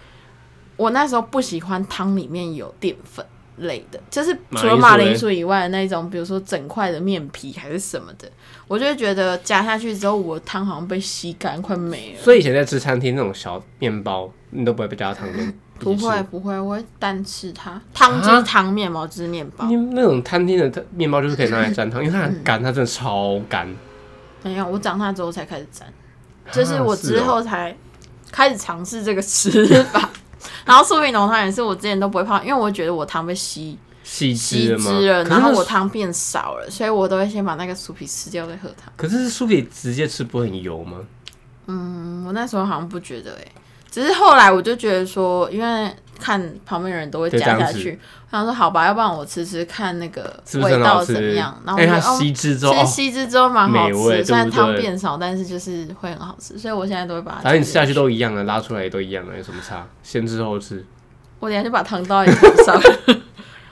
我那时候不喜欢汤里面有淀粉类的，就是除了马
马铃薯嘞
铃薯以外的那种，比如说整块的面皮还是什么的，我就会觉得加下去之后，我的汤好像被吸干，快没了。
所以以前在吃餐厅那种小面包，你都不会被加到汤里面。
不
你
会
吃，
不会，我会单吃它。汤
啊
就是汤，面包就是面包。
因为那种餐厅的面包就是可以拿来沾汤，因为它很干，它真的超干。
没有，我长大之后才开始沾， 就是
啊
我之后才开始尝试这个吃法。 然后酥皮浓汤也是我之前都不会泡，因为我觉得我汤被吸
哦细
吸
汁了吗？
汁了，
可是
然后
那
我汤变少了，所以我都会先把那个酥皮吃掉再喝汤。
可是酥皮直接吃不会很油吗？
嗯，我那时候好像不觉得诶、欸只是后来我就觉得说，因为看旁边人都会
对
加
这
下
样子
去，我想说好吧，要不然我吃吃看那个
是不是
味
很
道
好
怎
吃？
么样。然后
因为
我
它
觉得哦，
吸汁之后，
其实
哦，
吸汁之后蛮好
美味对
吃，
不
虽然汤
对
变少，但是就是会很好吃，所以我现在都会把它。
反正你吃下去，都一样了，拉出来也都一样了，有什么差？先吃后吃，
我等一下就把汤倒在你 头上，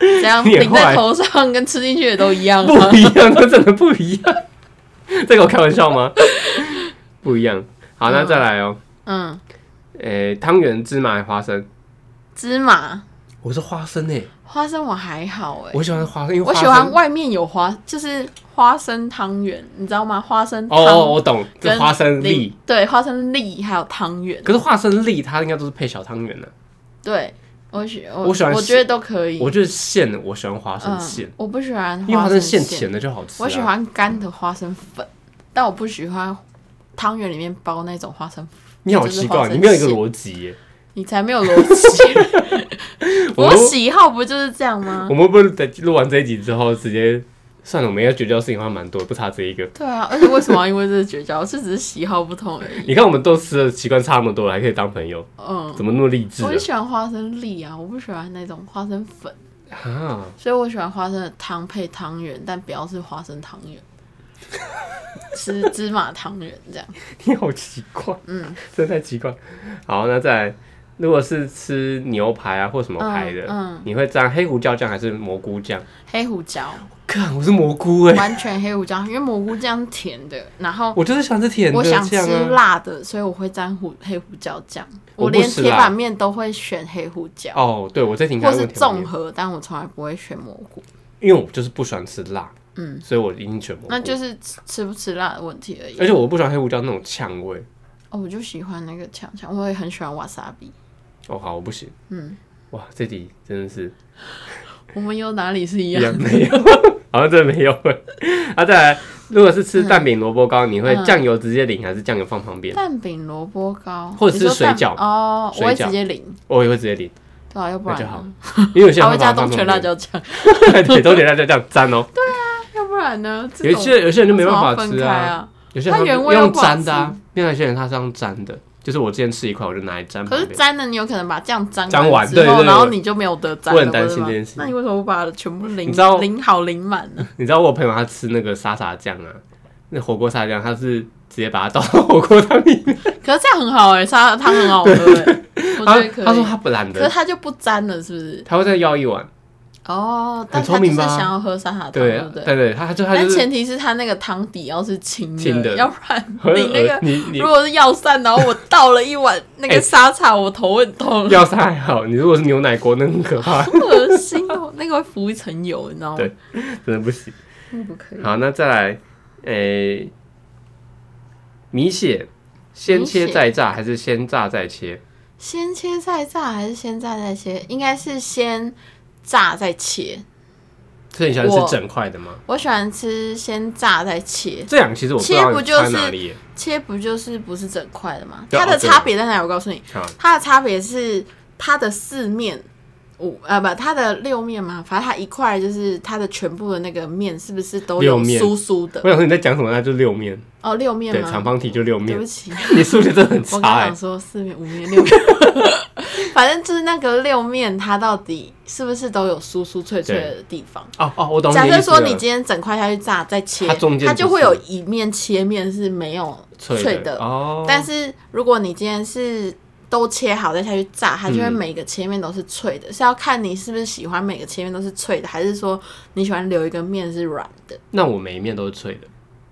这样
你也
淋在
坏
头上跟吃进去也都一 样
不
啊。
一样，那真的不一样。 在跟我开玩笑吗？ 不一样。好，那再来哦。
嗯，
诶、汤圆、芝麻、花生，
芝麻
我是花生诶、
花生我还好哎、
我喜欢花生，因为
我
花
喜
生
欢外面有花，就是花生汤圆，你知道吗？花生汤
哦哦，我懂，
跟
就花生
零
粒。，
对，花生粒还有汤圆，
可是花生粒它应该都是配小汤圆的。
对我喜我
我喜欢
觉得都可以。
我觉得馅的我喜欢花生
嗯
馅，，
我不喜欢
因为花
生
生馅甜的就好吃、啊。
我喜欢干的花生粉，但我不喜欢汤圆里面包那种花生粉。
你好
就是
奇
花
怪，
生
你没有一个
馅
逻辑耶。
你才没有逻 辑，
我
我
们
喜好不就是这样吗
我？们会不会在录完这一集之后直接算了？我们要绝交的事情好像蛮多，不差这一个。
对啊，而且为什么要因为这个绝交？ 这只是喜好不同而已。
你看我们都吃的习惯差那么多了，还可以当朋友，
嗯，
怎么那么励志
我
啊
就喜欢花生粒啊，我不喜欢那种花生粉，
啊？
所以我喜欢花生的汤配汤圆，但不要是花生汤 圆，吃芝麻汤圆这样。
你好奇怪，
嗯，
真的太奇怪。好，那再来，如果是吃牛排啊或什么排的，
嗯嗯
你会沾黑胡椒酱还是蘑菇酱？
黑胡椒，
看，我是蘑菇哎、
完全黑胡椒，因为蘑菇酱是甜的，然后
我就是想吃甜的
我想吃
酱啊。
辣的，所以我会沾胡黑胡椒酱。
我
我
不
连
吃
铁
辣
板面都会选黑胡椒，
哦，对，我在听
或
刚刚
是
问甜面
综合，但我从来不会选蘑菇。
因为我就是不喜欢吃辣，
嗯，
所以我一定选蘑菇。
那就是吃吃不吃辣的问题而已。
而且我不喜欢黑胡椒那种呛味。
哦，我就喜欢那个强强，我也很喜欢瓦萨比。
哦，好，我不行。
嗯，
哇，这题真的是
我们有哪里是一
一
样？
样没有， 好像真的没有。 啊，再来，如果是吃蛋饼萝卜糕，你会
嗯
酱油直接淋还是酱油放旁边？
蛋饼、萝卜糕，
或者
你说
是水
蛋
饺
哦，我
水
会
饺
直接淋，
我也会直接淋，
对啊，要不
那
然
就好
呢？
因为有些人
还会加
把它
东
放
泉
旁
辣
边，
椒酱，
对，东泉辣椒酱沾哦。
要不然呢？ 这
有
种
些有些人就没
为什
办
么要
法
分
吃
开
啊，
啊。
有些人
它
他
原
们
味又
用
不好
沾的啊，另外有些人他是用沾的，就是我之前吃一块，我就拿来沾
可
旁
是
边。
沾的你有可能把酱沾
沾完
之
对对
后，
对
然后你就没有得沾
我
了，
很担心
不是吗
这件事
那你为什么不把它全部淋
你知道
淋好淋满呢？
你知道我朋友他吃那个沙茶酱啊，那火锅沙茶酱，他是直接把它倒到 火锅汤里面。
可是这样很好哎，沙拉汤很好喝 哎，我觉
他
得可
他说
以。
他不懒
可是
得，
它就不沾了，是不是？
他会再要一碗。
哦，但
很聪
他就是
明吧
想要喝沙茶汤，
对
对不对？
对对，他他就他
但
就是
前提是他那个汤底要是清
清的
要不然
很
你 那
恶
个
呃你你
如果是药膳，然后我倒了一碗那
哎
个沙茶，我头很 痛，
要是还好，你如果是牛奶锅，那很可 怕，
好恶心哦，那个会浮一层油，你知道吗
对？真的不行。
那不可以。
好，那再来，诶、米血先切再炸还是先炸再切？
先切再炸还是先炸再切？应该是先炸再切。
所以你喜欢吃
我
整块的吗？
我喜欢吃先炸再切，
这两其实我不知道
切不
你
就是
差哪里耶
切不就是不是整块的吗？
对
它的
哦对
差别在哪？我告诉你，
好，
它的差别是它的四面五啊不，它的六面嘛，反正它一块就是它的全部的那个面是不是都
六
有
面
酥酥的
我？想说你在讲什么，那就六面，
哦，六面
对，长
吗？
方体就六
对
面
不。起，
你数学真的很
我刚
差哎
想、说四面、五面、六面， 反正就是那个六面，它到底是不是都有酥酥脆脆的地方？
哦哦，我懂你的
假
意思
设
了。
说你今天整块下去炸再切，
它中间
它就
不
会
是
有一面切面是没有
脆
脆
的
的
哦，
但是如果你今天是都切好再下去炸，它就会
嗯
每个切面都是脆的，是要看你是不是喜欢每个切面都是脆的，还是说你喜欢留一个面是软的。
那我每一面都是脆的，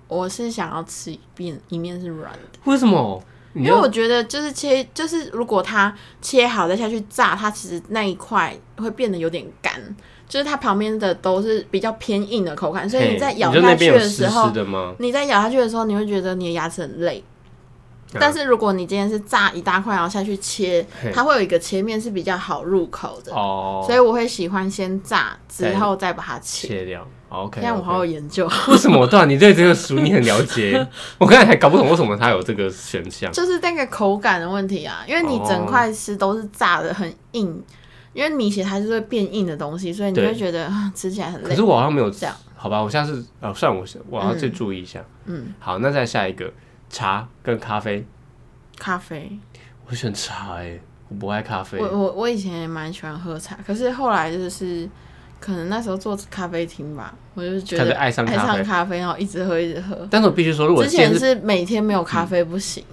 我是想要吃一面一面是软的，
为什么？因
因为我觉得就是切就是如果它切好再下去炸，它其实那一块会变得有点干，就是它旁边的都是比较偏硬的口感，所以你在咬
你就那
下去
边有
的
湿
时候
湿，的吗？
你在咬下去的时候，你会觉得你的牙齿很累。
啊
但是如果你今天是炸一大块，然后下去切
嘿，
它会有一个切面是比较好入口的，
哦，
所以我会喜欢先炸，之
对
后再把它切。
切掉。OK，
你看我好有
OK
研究，
为什么？对啊，你对这个书你很了 解。我刚才还搞不懂为什么它有这个选项。
就是那个口感的问题啊，因为你整块吃都是炸的很硬，因为米血它就是会变硬的东西，所以你
对
会觉得啊吃起来很
可
累
是。我好像没有
这样
好吧，我下次呃，算我我要再注意一下。
嗯，
好，那再下一个茶跟咖啡，
咖啡，
我选茶哎、我不爱咖啡
我。我我以前也蛮喜欢喝茶，可是后来就是可能那时候做咖啡厅吧，我就觉
开始
得
爱上咖
爱
啡
上咖啡，然后一直喝一直喝。
但是我必须说，如果
之
今天
前
是嗯
是每天没有咖啡不行，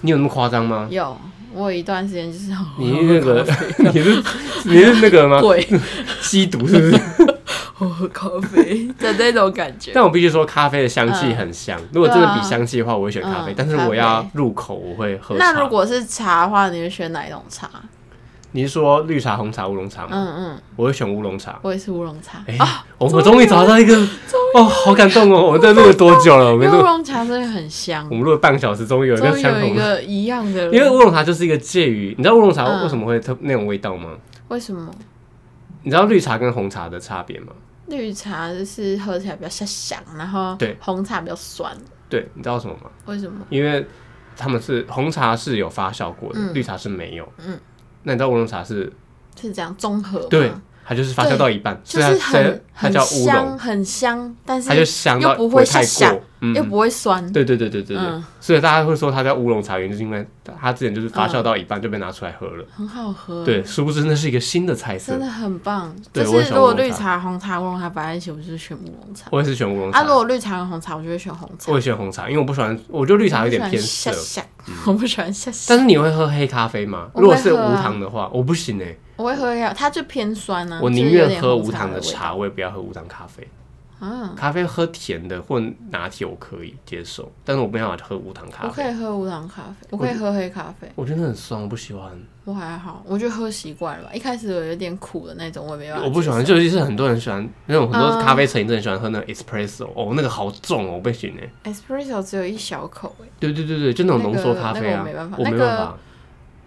你有那么夸张吗？
有我有一段时间就是 很
你是那个你是你是那个吗？
贵，
吸毒是 不是？
我喝咖啡的那种感觉。
但我必须说，咖啡的香气很香。如果真的比香气的话，我会选咖啡。
嗯
但是
咖
我
啡
要入口，我会喝茶。
那如果是茶的话，你会选哪一种茶？
你是说绿茶、红茶、乌龙茶吗？
嗯嗯，
我会选乌龙茶。
我也是乌龙茶。
哎、我们终于找到一个，哦，好感动哦！我们这录了多久了？我
因
们
为
录
乌龙茶真的很香
我，们录了半个小时，终于有一个
终于
相
有一
同的。
个一样的了。
因为乌龙茶就是一个介于，你知道乌龙茶
嗯
为什么会特那种味道吗？
为什么
你知道绿茶跟红茶的差别吗？
绿茶就是喝起来比较香，然后
对
红茶比较酸？
对，你知道什么吗？
为什么？
因为他们是红茶是有发酵过的，
嗯
绿茶是没有。
嗯，
那你知道乌龙茶是
是这样综合吗
对，，它就是发酵到一半，
嗯就
所以
是
它所以
很
它
很
叫乌龙，
香，很香，但是
它就香
又
到
不
会
会
太
下
过，嗯，
又不会酸。
对对对对对对，
嗯
所以大家会说它叫乌龙茶，原因就是因为它之前就是发酵到一半就被拿出来喝了。
很好喝，
对，，殊不知那是一个新的菜色
嗯真的。很棒。
对
就
我也
是
喜
如
欢乌
果
龙
绿
茶
茶、红茶、乌龙茶摆在一起，我就是选乌龙茶。
我也是选乌龙茶，
啊，如果绿茶跟红茶，我就会选红茶
我。也选红茶，因为我不喜欢，我觉得绿茶有点偏涩
涩。，我不喜欢下下。
但是你会喝黑咖啡吗？
我会
如果是无
喝啊
糖的话，我不行哎、
我会喝呀，它就偏酸呢、啊。
我
就是
宁
有
愿
点
喝
红
无糖
的
的
味道。
茶，我也不要喝无糖咖啡。
嗯，
咖啡喝甜的或拿铁我可以接受，但是我没办法喝无糖咖
我可
啡。
以喝无糖咖啡，我可以喝黑咖啡，
我觉得很酸，我不喜欢，
我还好，我就喝习惯了吧。一开始我有点苦的那种，我也没办法。嗯
我不喜欢，。就是很多人喜欢那种很多咖啡成瘾症喜欢喝那个 espresso，哦，那个好重哦，我不行哎。
espresso 只有一小口哎、
对对对对，就那种浓缩咖啡啊
那个那个
我
我没办法，
没
那个
办法，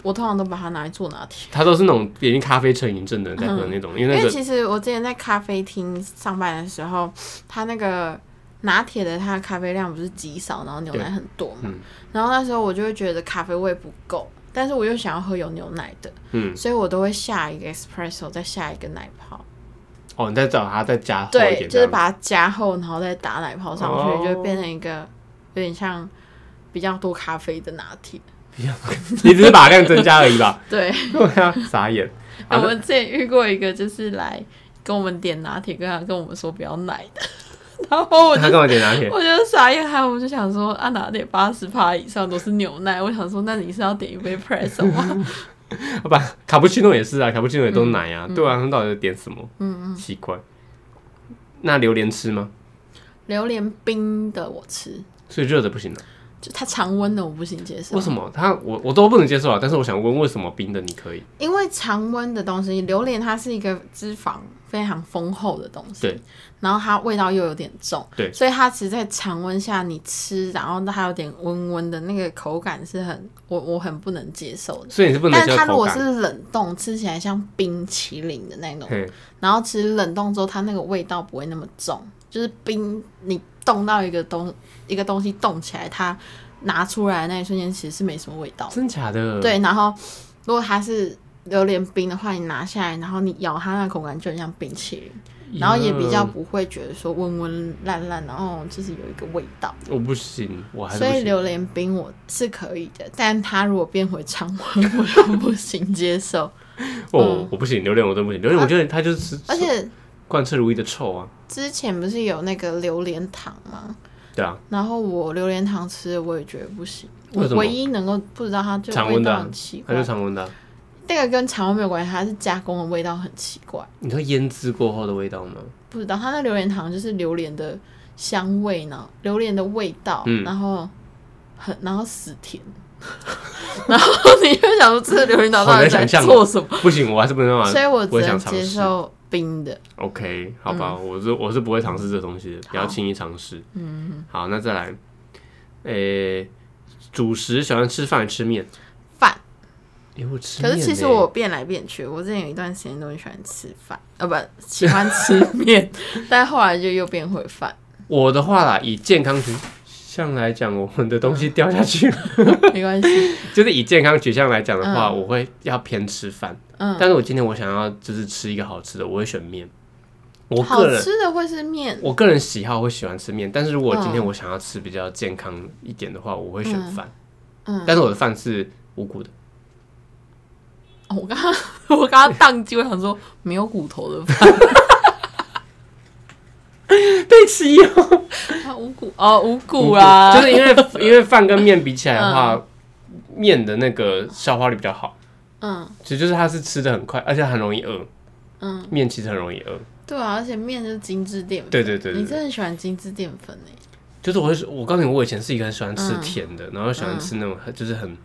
我通常都把它拿来做拿铁。
他都是那种已经咖啡成瘾症的人在喝那种，因为那
嗯因为
个
其实我之前在咖啡厅上班的时候，他那个拿铁的它的咖啡量不是极少，然后牛奶很多嘛
嗯，
然后那时候我就会觉得咖啡味不够，但是我又想要喝有牛奶的，
嗯，
所以我都会下一个 espresso，再下一个奶泡，
哦，你再找他再加厚一
对，
点，
就是
这样
把它加厚，然后再打奶泡上去，
哦
就会变成一个有点像比较多咖啡的拿铁。
你只是把量增加而已吧？
对，
对啊，傻眼。
我
好的
们之前遇过一个，就是来跟我们点拿铁，跟他跟我们说不要奶的，然后我就
他跟我点拿铁，
我就傻眼，还有我就想说，啊，哪里八十趴以上都是牛奶？我想说，那你是要点一杯 presso 吗？
好吧，卡布奇诺也是啊，卡布奇诺也都奶啊，对啊，那到底在点什么？
嗯
嗯，奇怪。那榴莲吃吗？
榴莲冰的我吃，
所以热的不行了、啊
就它常温的我不行接受
为，什么？它我我都不能接受啊。但是我想问，为什么冰的你可以？
因为常温的东西，榴莲它是一个脂肪非常丰厚的东西，
对，
然后它味道又有点重，
对
所以它其实，在常温下你吃，然后它有点温温的那个口感是很我我很不能接受的。
所以你是不能
但
接
是
受
它如
口
果
感。
是冷冻，吃起来像冰淇淋的那种
嘿，
然后其实冷冻之后，它那个味道不会那么重，就是冰你冻到一个东一个东西冻起来，它拿出来的那一瞬间其实是没什么味道的。
真假的？，
对，然后如果它是榴莲冰的话，你拿下来，然后你咬它，那口感就很像冰淇淋，
嗯
然后也比较，不会觉得说温温烂烂，然后就是有一个味道。
我不行，我哦还是
所
不
以
行。
榴莲冰我是可以的，但它如果变回常温，我就不行接受。 嗯
哦，我不行，榴莲我真不行。榴
啊
莲我觉得它就是
而且
贯彻如一的臭啊。
之前不是有那个榴莲糖吗？
对啊，
然后我榴莲糖吃，我也觉得不行。我
为什么
唯一能够不知道它就
常
味
温的
道
啊
很奇
它
怪
就，常温的啊、
那个跟常温没有关系，它是加工的味道很奇怪。
你说腌制过后的味道吗？
不知道它那榴莲糖就是榴莲的香味呢，榴莲的味道，
嗯
然后很然后死甜， 然后你就想说这榴莲糖到
好
底
难
在
想象哦
做什么？
不行，我还是没办法。
所以我
我
只
也想
能
尝
接
试
受嗯冰的。
OK，好吧，我是我是不会尝试这东西的，不要轻易尝试。嗯，好，那再来，诶、主食喜欢吃饭还是吃面？
饭，
诶、我吃
可
面、欸
是其实我变来变去，我之前有一段时间都很喜欢吃饭，呃，不喜欢吃 面，但后来就又变回饭。
我的话啦，以健康取向来讲，我们的东西掉下去了，
没关系，
就是以健康取向来讲的话，我会要偏吃饭。
嗯
但是我今天我想要就是吃一个好吃的，我会选面。 我
好
个人
吃的会是面，
我个人喜好会喜欢吃面，但是如果今天
嗯
我想要吃比较健康一点的话，我会选
嗯
饭。
嗯
但是我的饭是无骨的。
哦我刚刚我刚刚宕机，我想说没有骨 头的饭，
被吃哦，
它无骨哦无骨啦，
就是因为 因为饭跟面比起来的话，面的那个消化率比较好，
嗯
其实就是它是吃的很快，而且很容易饿。
嗯，
面其实很容易饿，
对啊，而且面就是精致淀粉，
对对对对
你真
对，
的很喜欢精致淀粉欸诶，
就是我会我告诉你，我以前是一个很喜欢吃
嗯
甜的，然后喜欢吃那种很就是很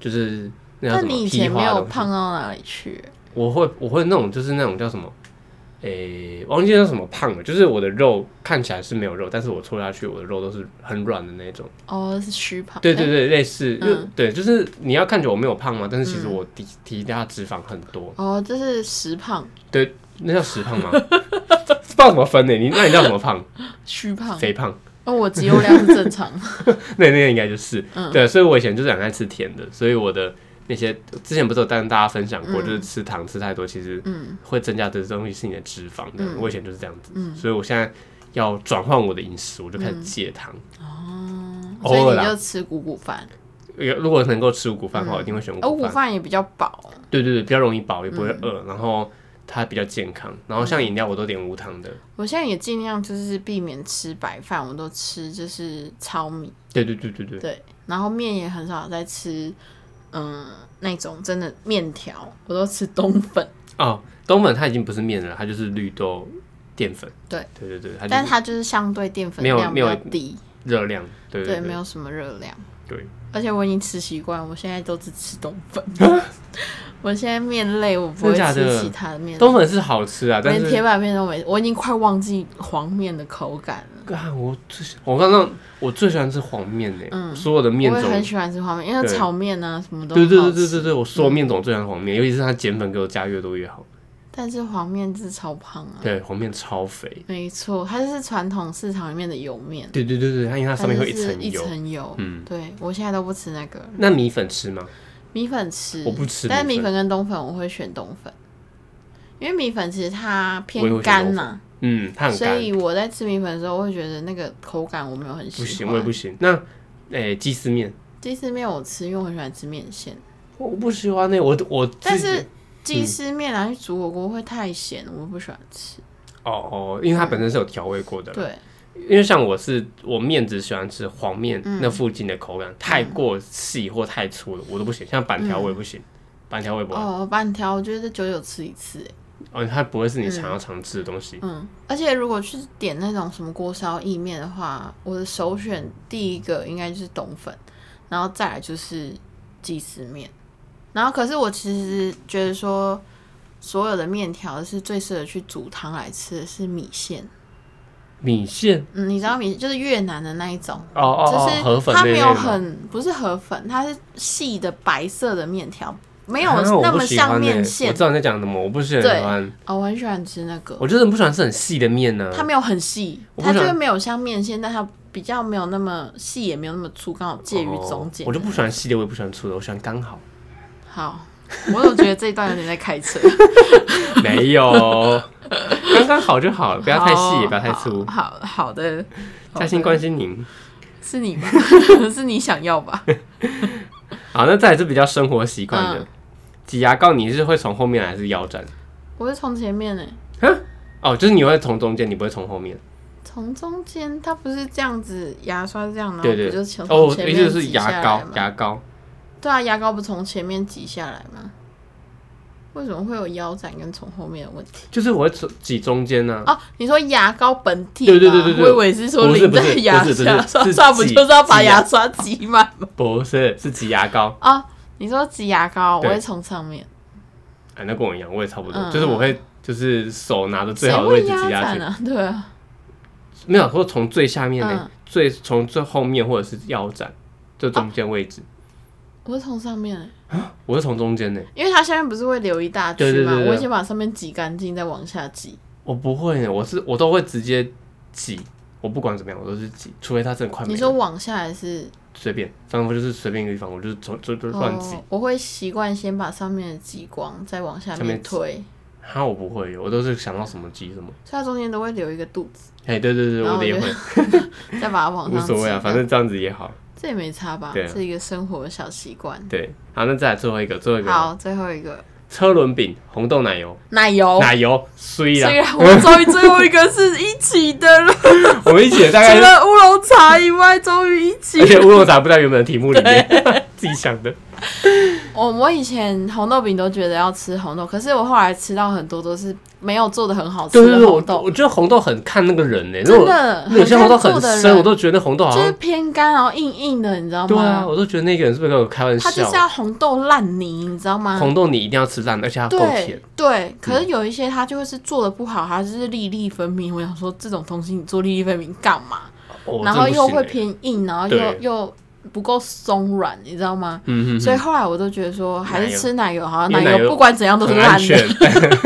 就是那叫
但
什么
你以
批
前没
花的
有
东西
胖到哪里去？
我会我会那种就是那种叫什么，诶、忘记叫什么胖了，就是我的肉看起来是没有肉，但是我搓下去我的肉都是很软的那种。
哦，是虚胖。
对对
哎。
对，类似，
嗯
因为对，就是你要看着我没有胖嘛，但是其实我体体下脂肪很多，
哦，这是实胖、
对，那叫实胖吗？不 知道怎么分呢、你那你叫什么胖？
虚胖。
肥胖？
哦，我肌肉量是 正常。
那那个应该就是、
嗯
对，所以我以前就是很爱吃甜的，所以我的那些之前不是有跟大家分享过，
嗯
就是吃糖吃太多，其实
嗯
会增加的东西是你的脂肪的。
嗯
我以前就是这样子，
嗯
所以我现在要转换我的饮食，我就开始戒糖。
哦，
偶
所
尔
以
啦
你就吃五谷饭，
有如果能够吃五谷饭的话，我一定会选五
而
谷
哦五谷
饭。
饭也嗯比较饱。
对对对，比较容易饱，也不会饿，然后它比较健康。然后
嗯
像饮料我都点无糖的。
我现在也尽量就是避免吃白饭，我都吃就是糙米，
对对对对对，
对，然后面也很少在吃，嗯，那种真的面条，我都吃冬粉，
哦，东粉它已经不是面了，它就是绿豆淀粉。
对
对对对，它
但
啊就是
它就是相对淀粉
没有
量比
没
较
有
低，
热量。对
对，
对
没
对
有什么热量。
对，
而且我已经吃习惯，我现在都只吃冬 粉。我现在面类我不会
真的假的
吃其他的面类，
东粉是好吃啊，但
连铁
是。
板面都没，我已经快忘记黄面的口感了。
啊，我最喜我刚刚我最喜欢吃黄面呢、
嗯
所有的面
我也
种
很喜欢吃黄面，因为
对
炒面啊什么都
对
很
对
好
对
吃。嗯
对对对，我说面种最喜欢黄面，尤其是它碱粉给我加越多越好。
但是黄面是超胖啊，
对，黄面超肥。
没错，它就是传统市场里面的油面，
对对对对，它因为它上面会
就
一
是
层
一
油。
层油。
嗯，
对我现在都不吃那个
那米粉吃吗？
米粉吃，
我不吃
但是
米
米
粉
粉跟冬粉我会选冬粉，因为米粉其实它
我也
偏
会选冬
干
粉
呐、
嗯，它很
所
干，
以我在吃米粉的时候，我会觉得那个口感我没有很喜
不
欢。
行，我也不行。那诶，鸡、丝面
鸡丝面我吃，因为我很喜欢吃面线，
我我不喜欢那、我我自己
但是
嗯
鸡丝面拿去煮火锅会太咸，我不喜欢吃。
哦哦，因为
嗯
它本身是有调味过的啦。
对，
因为像我是我面只喜欢吃黄面
嗯
那附近的口感，太过细或太粗了我都不行，像板条我也不行，板条我也不爱。
嗯哦，板条我觉得久久吃一次，欸
哦，它不会是你想要常吃的东西。
嗯，而且如果去点那种什么锅烧意面的话，我的首选第一个应该就是冬粉，然后再来就是鸡丝面，然后可是我其实觉得说。所有的面条是最适合去煮汤来吃的是米线，
米线
嗯，你知道米就是越南的那一种，
哦哦哦，河
就是
粉
它
那
没
类
有
吗
很不是河粉，它是细的白色的面条，没有
啊我
那
不
么
喜
像
欢欸
面
我
线
知。道你在讲什么，我不是很
对
喜欢，
哦，我很喜欢吃那个，
我就是不喜欢吃很细的面呢、
它没有很细，
嗯我不
它
喜
就
欢
是没有像面线，但它比较没有那么细，也没有那么粗，刚好介于中间、
哦我就不喜欢细的，我也不喜欢粗的，我喜欢刚好。
好，我有觉得这一段有点在开车，
没 有，刚刚好就好， 不要太细，也
好
不要太粗。
好好好的，好的
嘉欣关心您。
是你吧？ 是你想要 吧？
好，那再来是比较生活习惯的
嗯，
挤牙膏你是会从后面还是腰斩？
我是从前面呢、欸
哦，就是你会从中间，你不会从后面。
从中间，它不是这样子，牙刷这样，然后
对对
不就从
哦，
从前
也
面
就是
挤
牙
下来
膏，
吗
牙膏。
对啊，牙膏不从前面挤下来吗？为什么会有腰斩跟从后面的问题？
就是我会从挤中间啊呢、
哦，你说牙膏本体吗？
对对对对对
我以为是说
不是
淋
不是
在牙
不是 不是
牙刷
是
刷，不
挤
就是要把
挤牙
牙刷 挤满吗？
不是，是挤牙膏。
哦，你说挤牙膏，我
对
会从上面，
哎、那跟我一样，我也差不多，
嗯
就是我会就是手拿着最
谁
好的位
会
置
压
挤下
斩
去，
啊？对啊，
没有，或从最下面呢、
嗯
最从最后面或者是腰斩，就中间位置，
哦我会从上面欸，
我是从中间呢、
因为它下面不是会留一大
对
区
对
嘛
对，对
我已经把上面挤干净，再往下挤。
我不会呢、我是我都会直接挤，我不管怎么样我都是挤，除非它真的快没
你
了，
说往下还是？
随便，反正我就是随便一个地方，我就是从就就乱挤。
哦，我会习惯先把上面的挤光，再往下
下面
面
挤
推，
哈、我不会，我都是想到什么挤什么。
所以它中间都会留一个肚子，
哎、对对对，
然后
我的也
我
会，
再把它往
无
上
所谓啊，
挤
反正这样子也好。
这也没差吧？
对啊
是一个生活的小习惯。
对，好，那再来最后一个，最后一个
好，最后一个
车轮饼、红豆奶油、
奶油。
奶油，虽
虽
然
然我们终于最后一个是一起的了，
我们一 起的大概
除了乌龙茶以外，终于一起
而。且乌龙茶不在原本的题目里面，自己想的。
我哦我以前红豆饼都觉得要吃红豆，可是我后来吃到很多都是没有做的很好
对
吃
对对，
的
我
红豆，
我觉得红豆很看那个人呢、如
真
果
的
有些红豆
很
很
看做的
深，
人
我都觉得那红豆好
就是
像
偏干，然后硬硬的，你知道吗？
对啊，我都觉得那个人是不是跟我开玩
它就
笑
是？要红豆烂泥，你知道吗？
红豆你一定要吃烂的，而且它够甜
对。对，可是有一些它就是做的不好，它就是粒粒分明。我想说，这种东西你做粒粒分明干嘛？
哦
然后又
我
会，
真的不行欸
偏硬，然后又
对
又不够松软，你知道吗？
嗯嗯，
所以后来我都觉得说，还
奶
是
油
吃奶油好，
因为
奶
奶油
油不管怎样都是
很安
烂的
全。，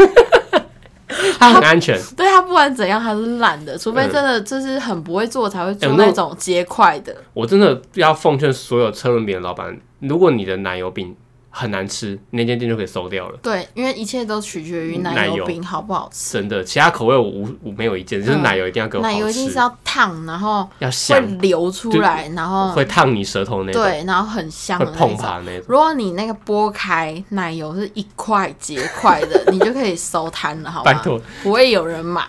它很安全。
对它不管怎样它是烂的，除非
嗯
真的就是很不会做才会
哎
做
我那
那种结块的。
我真的要奉劝所有车轮饼的老板，如果你的奶油饼很难吃，那间店就可以收掉了。
对，因为一切都取决于
嗯奶
奶
油
油饼好不好吃。
真的，其他口味我无我没有意见，就是
嗯
奶油一定要给我好
奶
吃，
油一定是要烫，然后
要
会
香，
流出来，然后
会烫你舌头那种，
对，然后很香
会
的那
碰
种。
爬那种。
如果你那个剥开奶油是一块结块 的，你就可以收摊了，好
拜
吗？
托，
不会有 人买。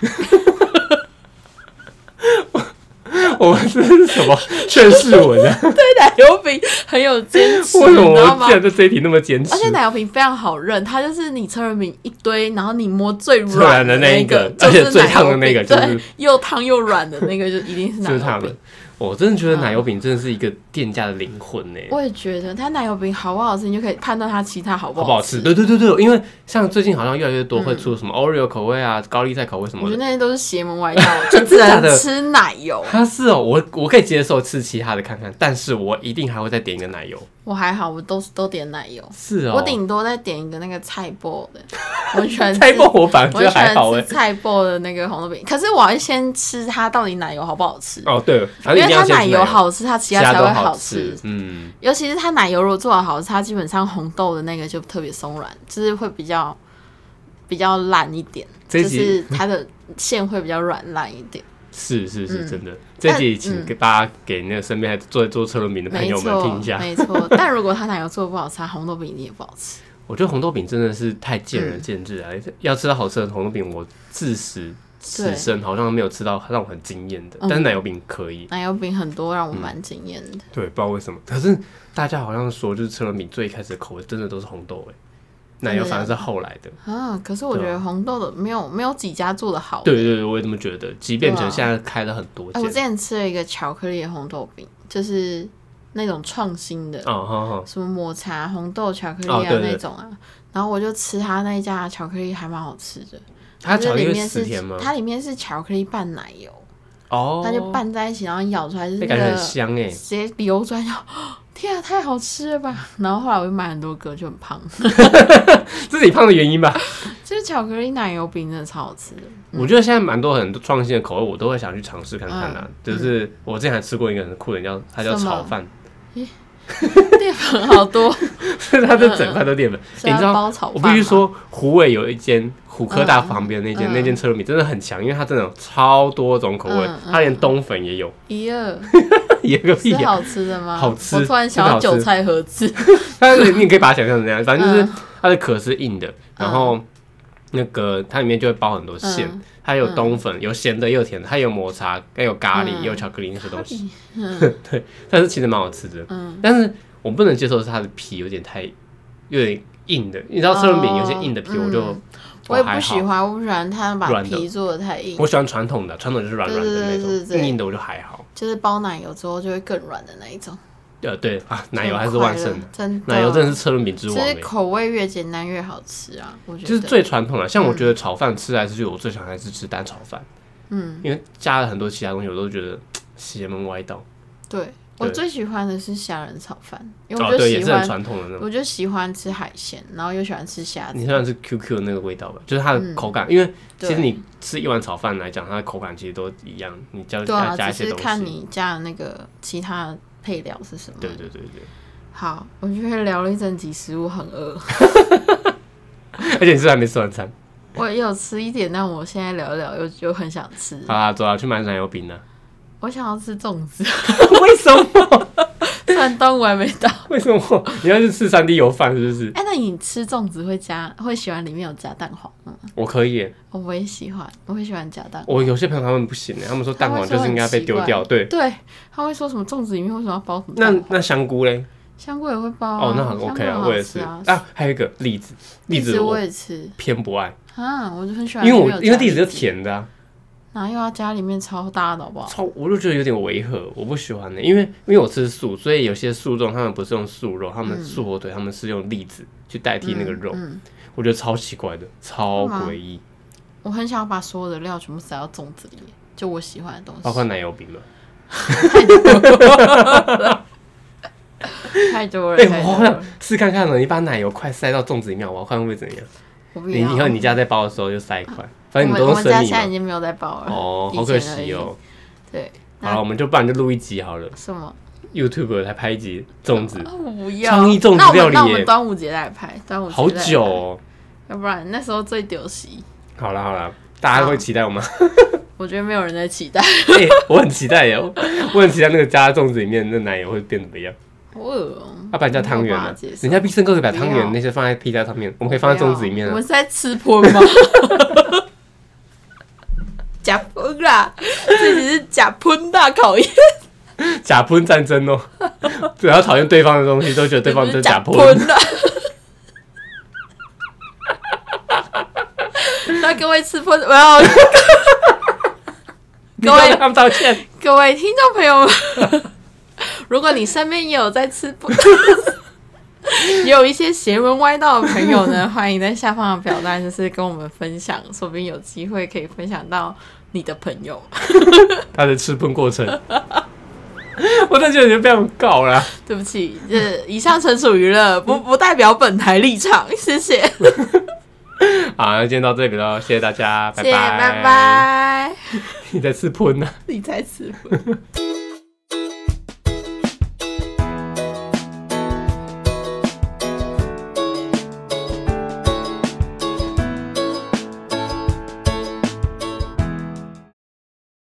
我们这是什么劝世文 啊？
奶油饼很有坚持，
为什么
你知道
我
吗
竟？然对这一题那么坚持
而？且奶油饼非常好认，它就是你车轮饼一堆，然后你摸最
最软
软
的
的
那一
一
个
个，
而且
就是
最
奶油
烫的那个
饼
就是
对，又烫又软的那个就一定是奶
就是
油
他
饼
们。，我真的觉得奶油饼真的是一个店家的灵魂欸呢、
我也觉得它奶油饼好不好吃，你就可以判断它其他好不
好不好吃？
吃。嗯
对对对对，因为像最近好像越来越多会出什么 Oreo 口味啊、高丽菜口味什
我
么
觉
的
得，那些都是邪门歪道， 就只
真的假的
能吃奶油。
它是哦，我我可以接受吃其他的看看，但是我一定还会再点一个奶油。
我还好，我都都点奶油，
是哦，
我顶多再点一个那个菜包 的，我喜欢吃
菜包我反而觉
我喜
得还
欢
好
吃
哎。
菜包的那个红豆饼，可是我要先吃它到底奶油好不好吃，
哦对，反正一
因为
定要
它
先吃
奶油
油，
好吃，它其
其
他才
都
会
好
吃。。
嗯，
尤其是它奶油如果做的好吃，它基本上红豆的那个就特别松软，就是会比较比较烂一点，
这一
就
集
是它的馅会比较软烂一 点。
是是是真的。这
嗯但
集请
嗯
给大家给那个身边还做做车轮饼的朋
没
友们
错
听一，下。
没错。但如果它奶油做的不好吃，它红豆饼一定也不好 吃。
我觉得红豆饼真的是太见仁见智了、要吃到好吃的红豆饼，我自始此
对
生好像没有吃到让我很惊艳的，
嗯
但是奶油饼可以。
奶油饼很多让我蛮惊艳的，
对，不知道为什么。可是大家好像说，就是车轮饼最一开始的口味真的都是红豆诶、哎奶油反而是后来的。
啊，可是我觉
对啊
得红豆的没有没有几家做的好。
对对对，我也这么觉得。即便
对啊
成现在开了很多间
哎、我之，前吃了一个巧克力的红豆饼，就是那种创新的，
哦好好，
什么抹茶红豆巧克力
哦
啊、
对对
那种啊。然后我就吃它那一家的巧克力，还蛮好吃的。
它
就是
巧克
里
力
面
是
是
甜吗？
它里面是巧克力拌奶油，
哦，
它就拌在一起，然后咬出来就是
那
那
感觉很
个
香哎诶、
直接流出来，然后天啊，太好吃了吧！然后后来我就买很多个，就很胖。
这是你胖的原因吧？
就是巧克力奶油饼真的超好吃的，
我觉得现在蛮多很多创新的口味，我都会想去尝试看看啦、
嗯
就是我之前还吃过一个很酷的，叫它叫
什么
炒饭，
淀粉好多，
它
嗯
就整块都淀粉。
所 以
你知
它
道，
啊包炒
我
饭
必须，
嘛
说，虎尾有一间虎科大
嗯
旁边那间、
嗯
那间车轮饼真的很强，因为它真的有超多种口味，
嗯嗯
它连冬粉也有，
一二。
也有个屁
是啊
呀、
好吃的吗？
好吃
我突然想
真的好
要
吃
韭菜盒 子，
但是你可以把它想象成那样，反正就是
嗯
它的壳是硬的，然后那个它里面就会包很多馅、
嗯
它有冬粉，有咸的，也有甜的，它有抹茶，也有咖喱，
嗯
也有巧克力那些东西。
嗯
但是其实蛮好吃的。
嗯
但是我不能接受是它的皮有点太有点硬的，你知道车轮饼有些硬的皮
哦
我就、
嗯我也不
还
喜
好，
欢，我不喜欢他们把
软的
皮做的太硬，
我喜欢传统的，传统就是软软的那
对对对对
种，
对
硬硬的我就还好。
就是包奶油之后就会更软的那一种。
呃，对啊，奶油
很
还是
快
万圣
乐
的，，
真的
奶油真的是车轮饼之王、
其实
欸。
口味越简单越好吃啊，我觉得。
就是最传统的，像我觉得炒饭吃来吃去，我最想还是吃蛋炒饭，
嗯，
因为加了很多其他东西，我都觉得邪门歪道。
对我最喜欢的是虾仁炒饭，因为
哦，
我就
对，也
喜
是很
欢，
传统的那种。
我就喜欢吃海鲜，然后又喜欢吃虾
你
子。嗯
虽然是 QQ 的那个味道吧，就是它的口感，因为其实
对
你吃一碗炒饭来讲，它的口感其实都一样，你加
对
加
啊，
嗯加一
只
些
是
东
看
西。
你加的那个其他配料是什么。
对对对 对，
好，我觉得聊了一整集食物很饿，
而且你是不是还没吃晚餐，
我也有吃一点，但我现在聊一聊又又很想吃，
好啦，走 啊，去买奶油饼呢。
我想要吃粽子，
为什么？
虽然端午还没到。
为什么？ 你要去吃三 D 油饭是不是？
哎、那你吃粽子会加会喜欢里面有加蛋黄吗？
我可以耶，
我不会喜欢，我会喜欢加蛋。
我有些朋友他们不行耶，他们说蛋黄就是应该被丢掉。对，
对，他会说什么粽子里面为什么要包什么
那
蛋黄？
那香菇嘞？
香菇也会包、啊、
哦，那很
香菇
OK 啊，
好
我也
吃
是
啊，
啊。还有一个栗子，栗子
我
我
也吃
偏不爱，
啊，我就很喜欢，
因为我因为栗
地
子
址
就，甜的啊，
哪有啊？家里面超大的好不好？
超，我就觉得有点违和，我不喜欢的、因为因为我吃素，所以有些素粽他们不是用素肉，他们素火腿他们是用栗子去代替那个肉，
嗯嗯，嗯
我觉得超奇怪的，超
是吗
诡异，
我很想把所有的料全部塞到粽子里，就我喜欢的东西，
包括奶油饼嘛。
太多了，
哎、
太
我
多
好想
了，
试看哦看了，你把奶油块塞到粽子里面，我看会不会怎样？
我不
你
要。
以后你家在包的时候就塞一块，
我
反正你
们
都
我
用
们家
生米
现在已
嘛。
经没有在包了，
哦，
以
好可
前而
惜
已
哦。
对，那
好了，我们就不然就录一集好了
什么？
，YouTube 来拍一集粽子，
啊我不要
创意粽子
那我
料
们
理
那我
耶
们端午节来拍，端午节
好
来拍
久、哦。
要不然那时候最丢席，
好了好了，大家会期待 我吗？
我觉得没有人在期待。
欸我很期待耶，我我很期待那个加粽子里面那奶油会变怎么样， 啊
好饿哦，
要不然叫汤圆
没有办
了
法接。受
人家必胜客可以把汤
不要
圆那些放在披萨上面，我们可以放在粽子里面
我
啊
们。是在吃荤吗？假喷啦，这只是假喷大考验，
假喷战争 哦，只要讨厌对方的东西，都觉得对 方就是假
假啊
喷。
啦。 那各位吃喷，我要
你要跟他们道歉，
各位听众朋友们， 如果你身边也有在吃不， 也有一些邪门歪道的朋友 呢，欢迎在下方的表单就是跟我们分享，说不定有机会可以分享到你的朋友。
他的吃喷 过程。我真的觉得你们被我们告了，
对不起，这以上纯属娱乐，不不代表本台立场，谢谢，
好，那今天到这里了，谢谢大家，拜
谢谢，拜。拜，
你在吃喷呢、啊
你再次会。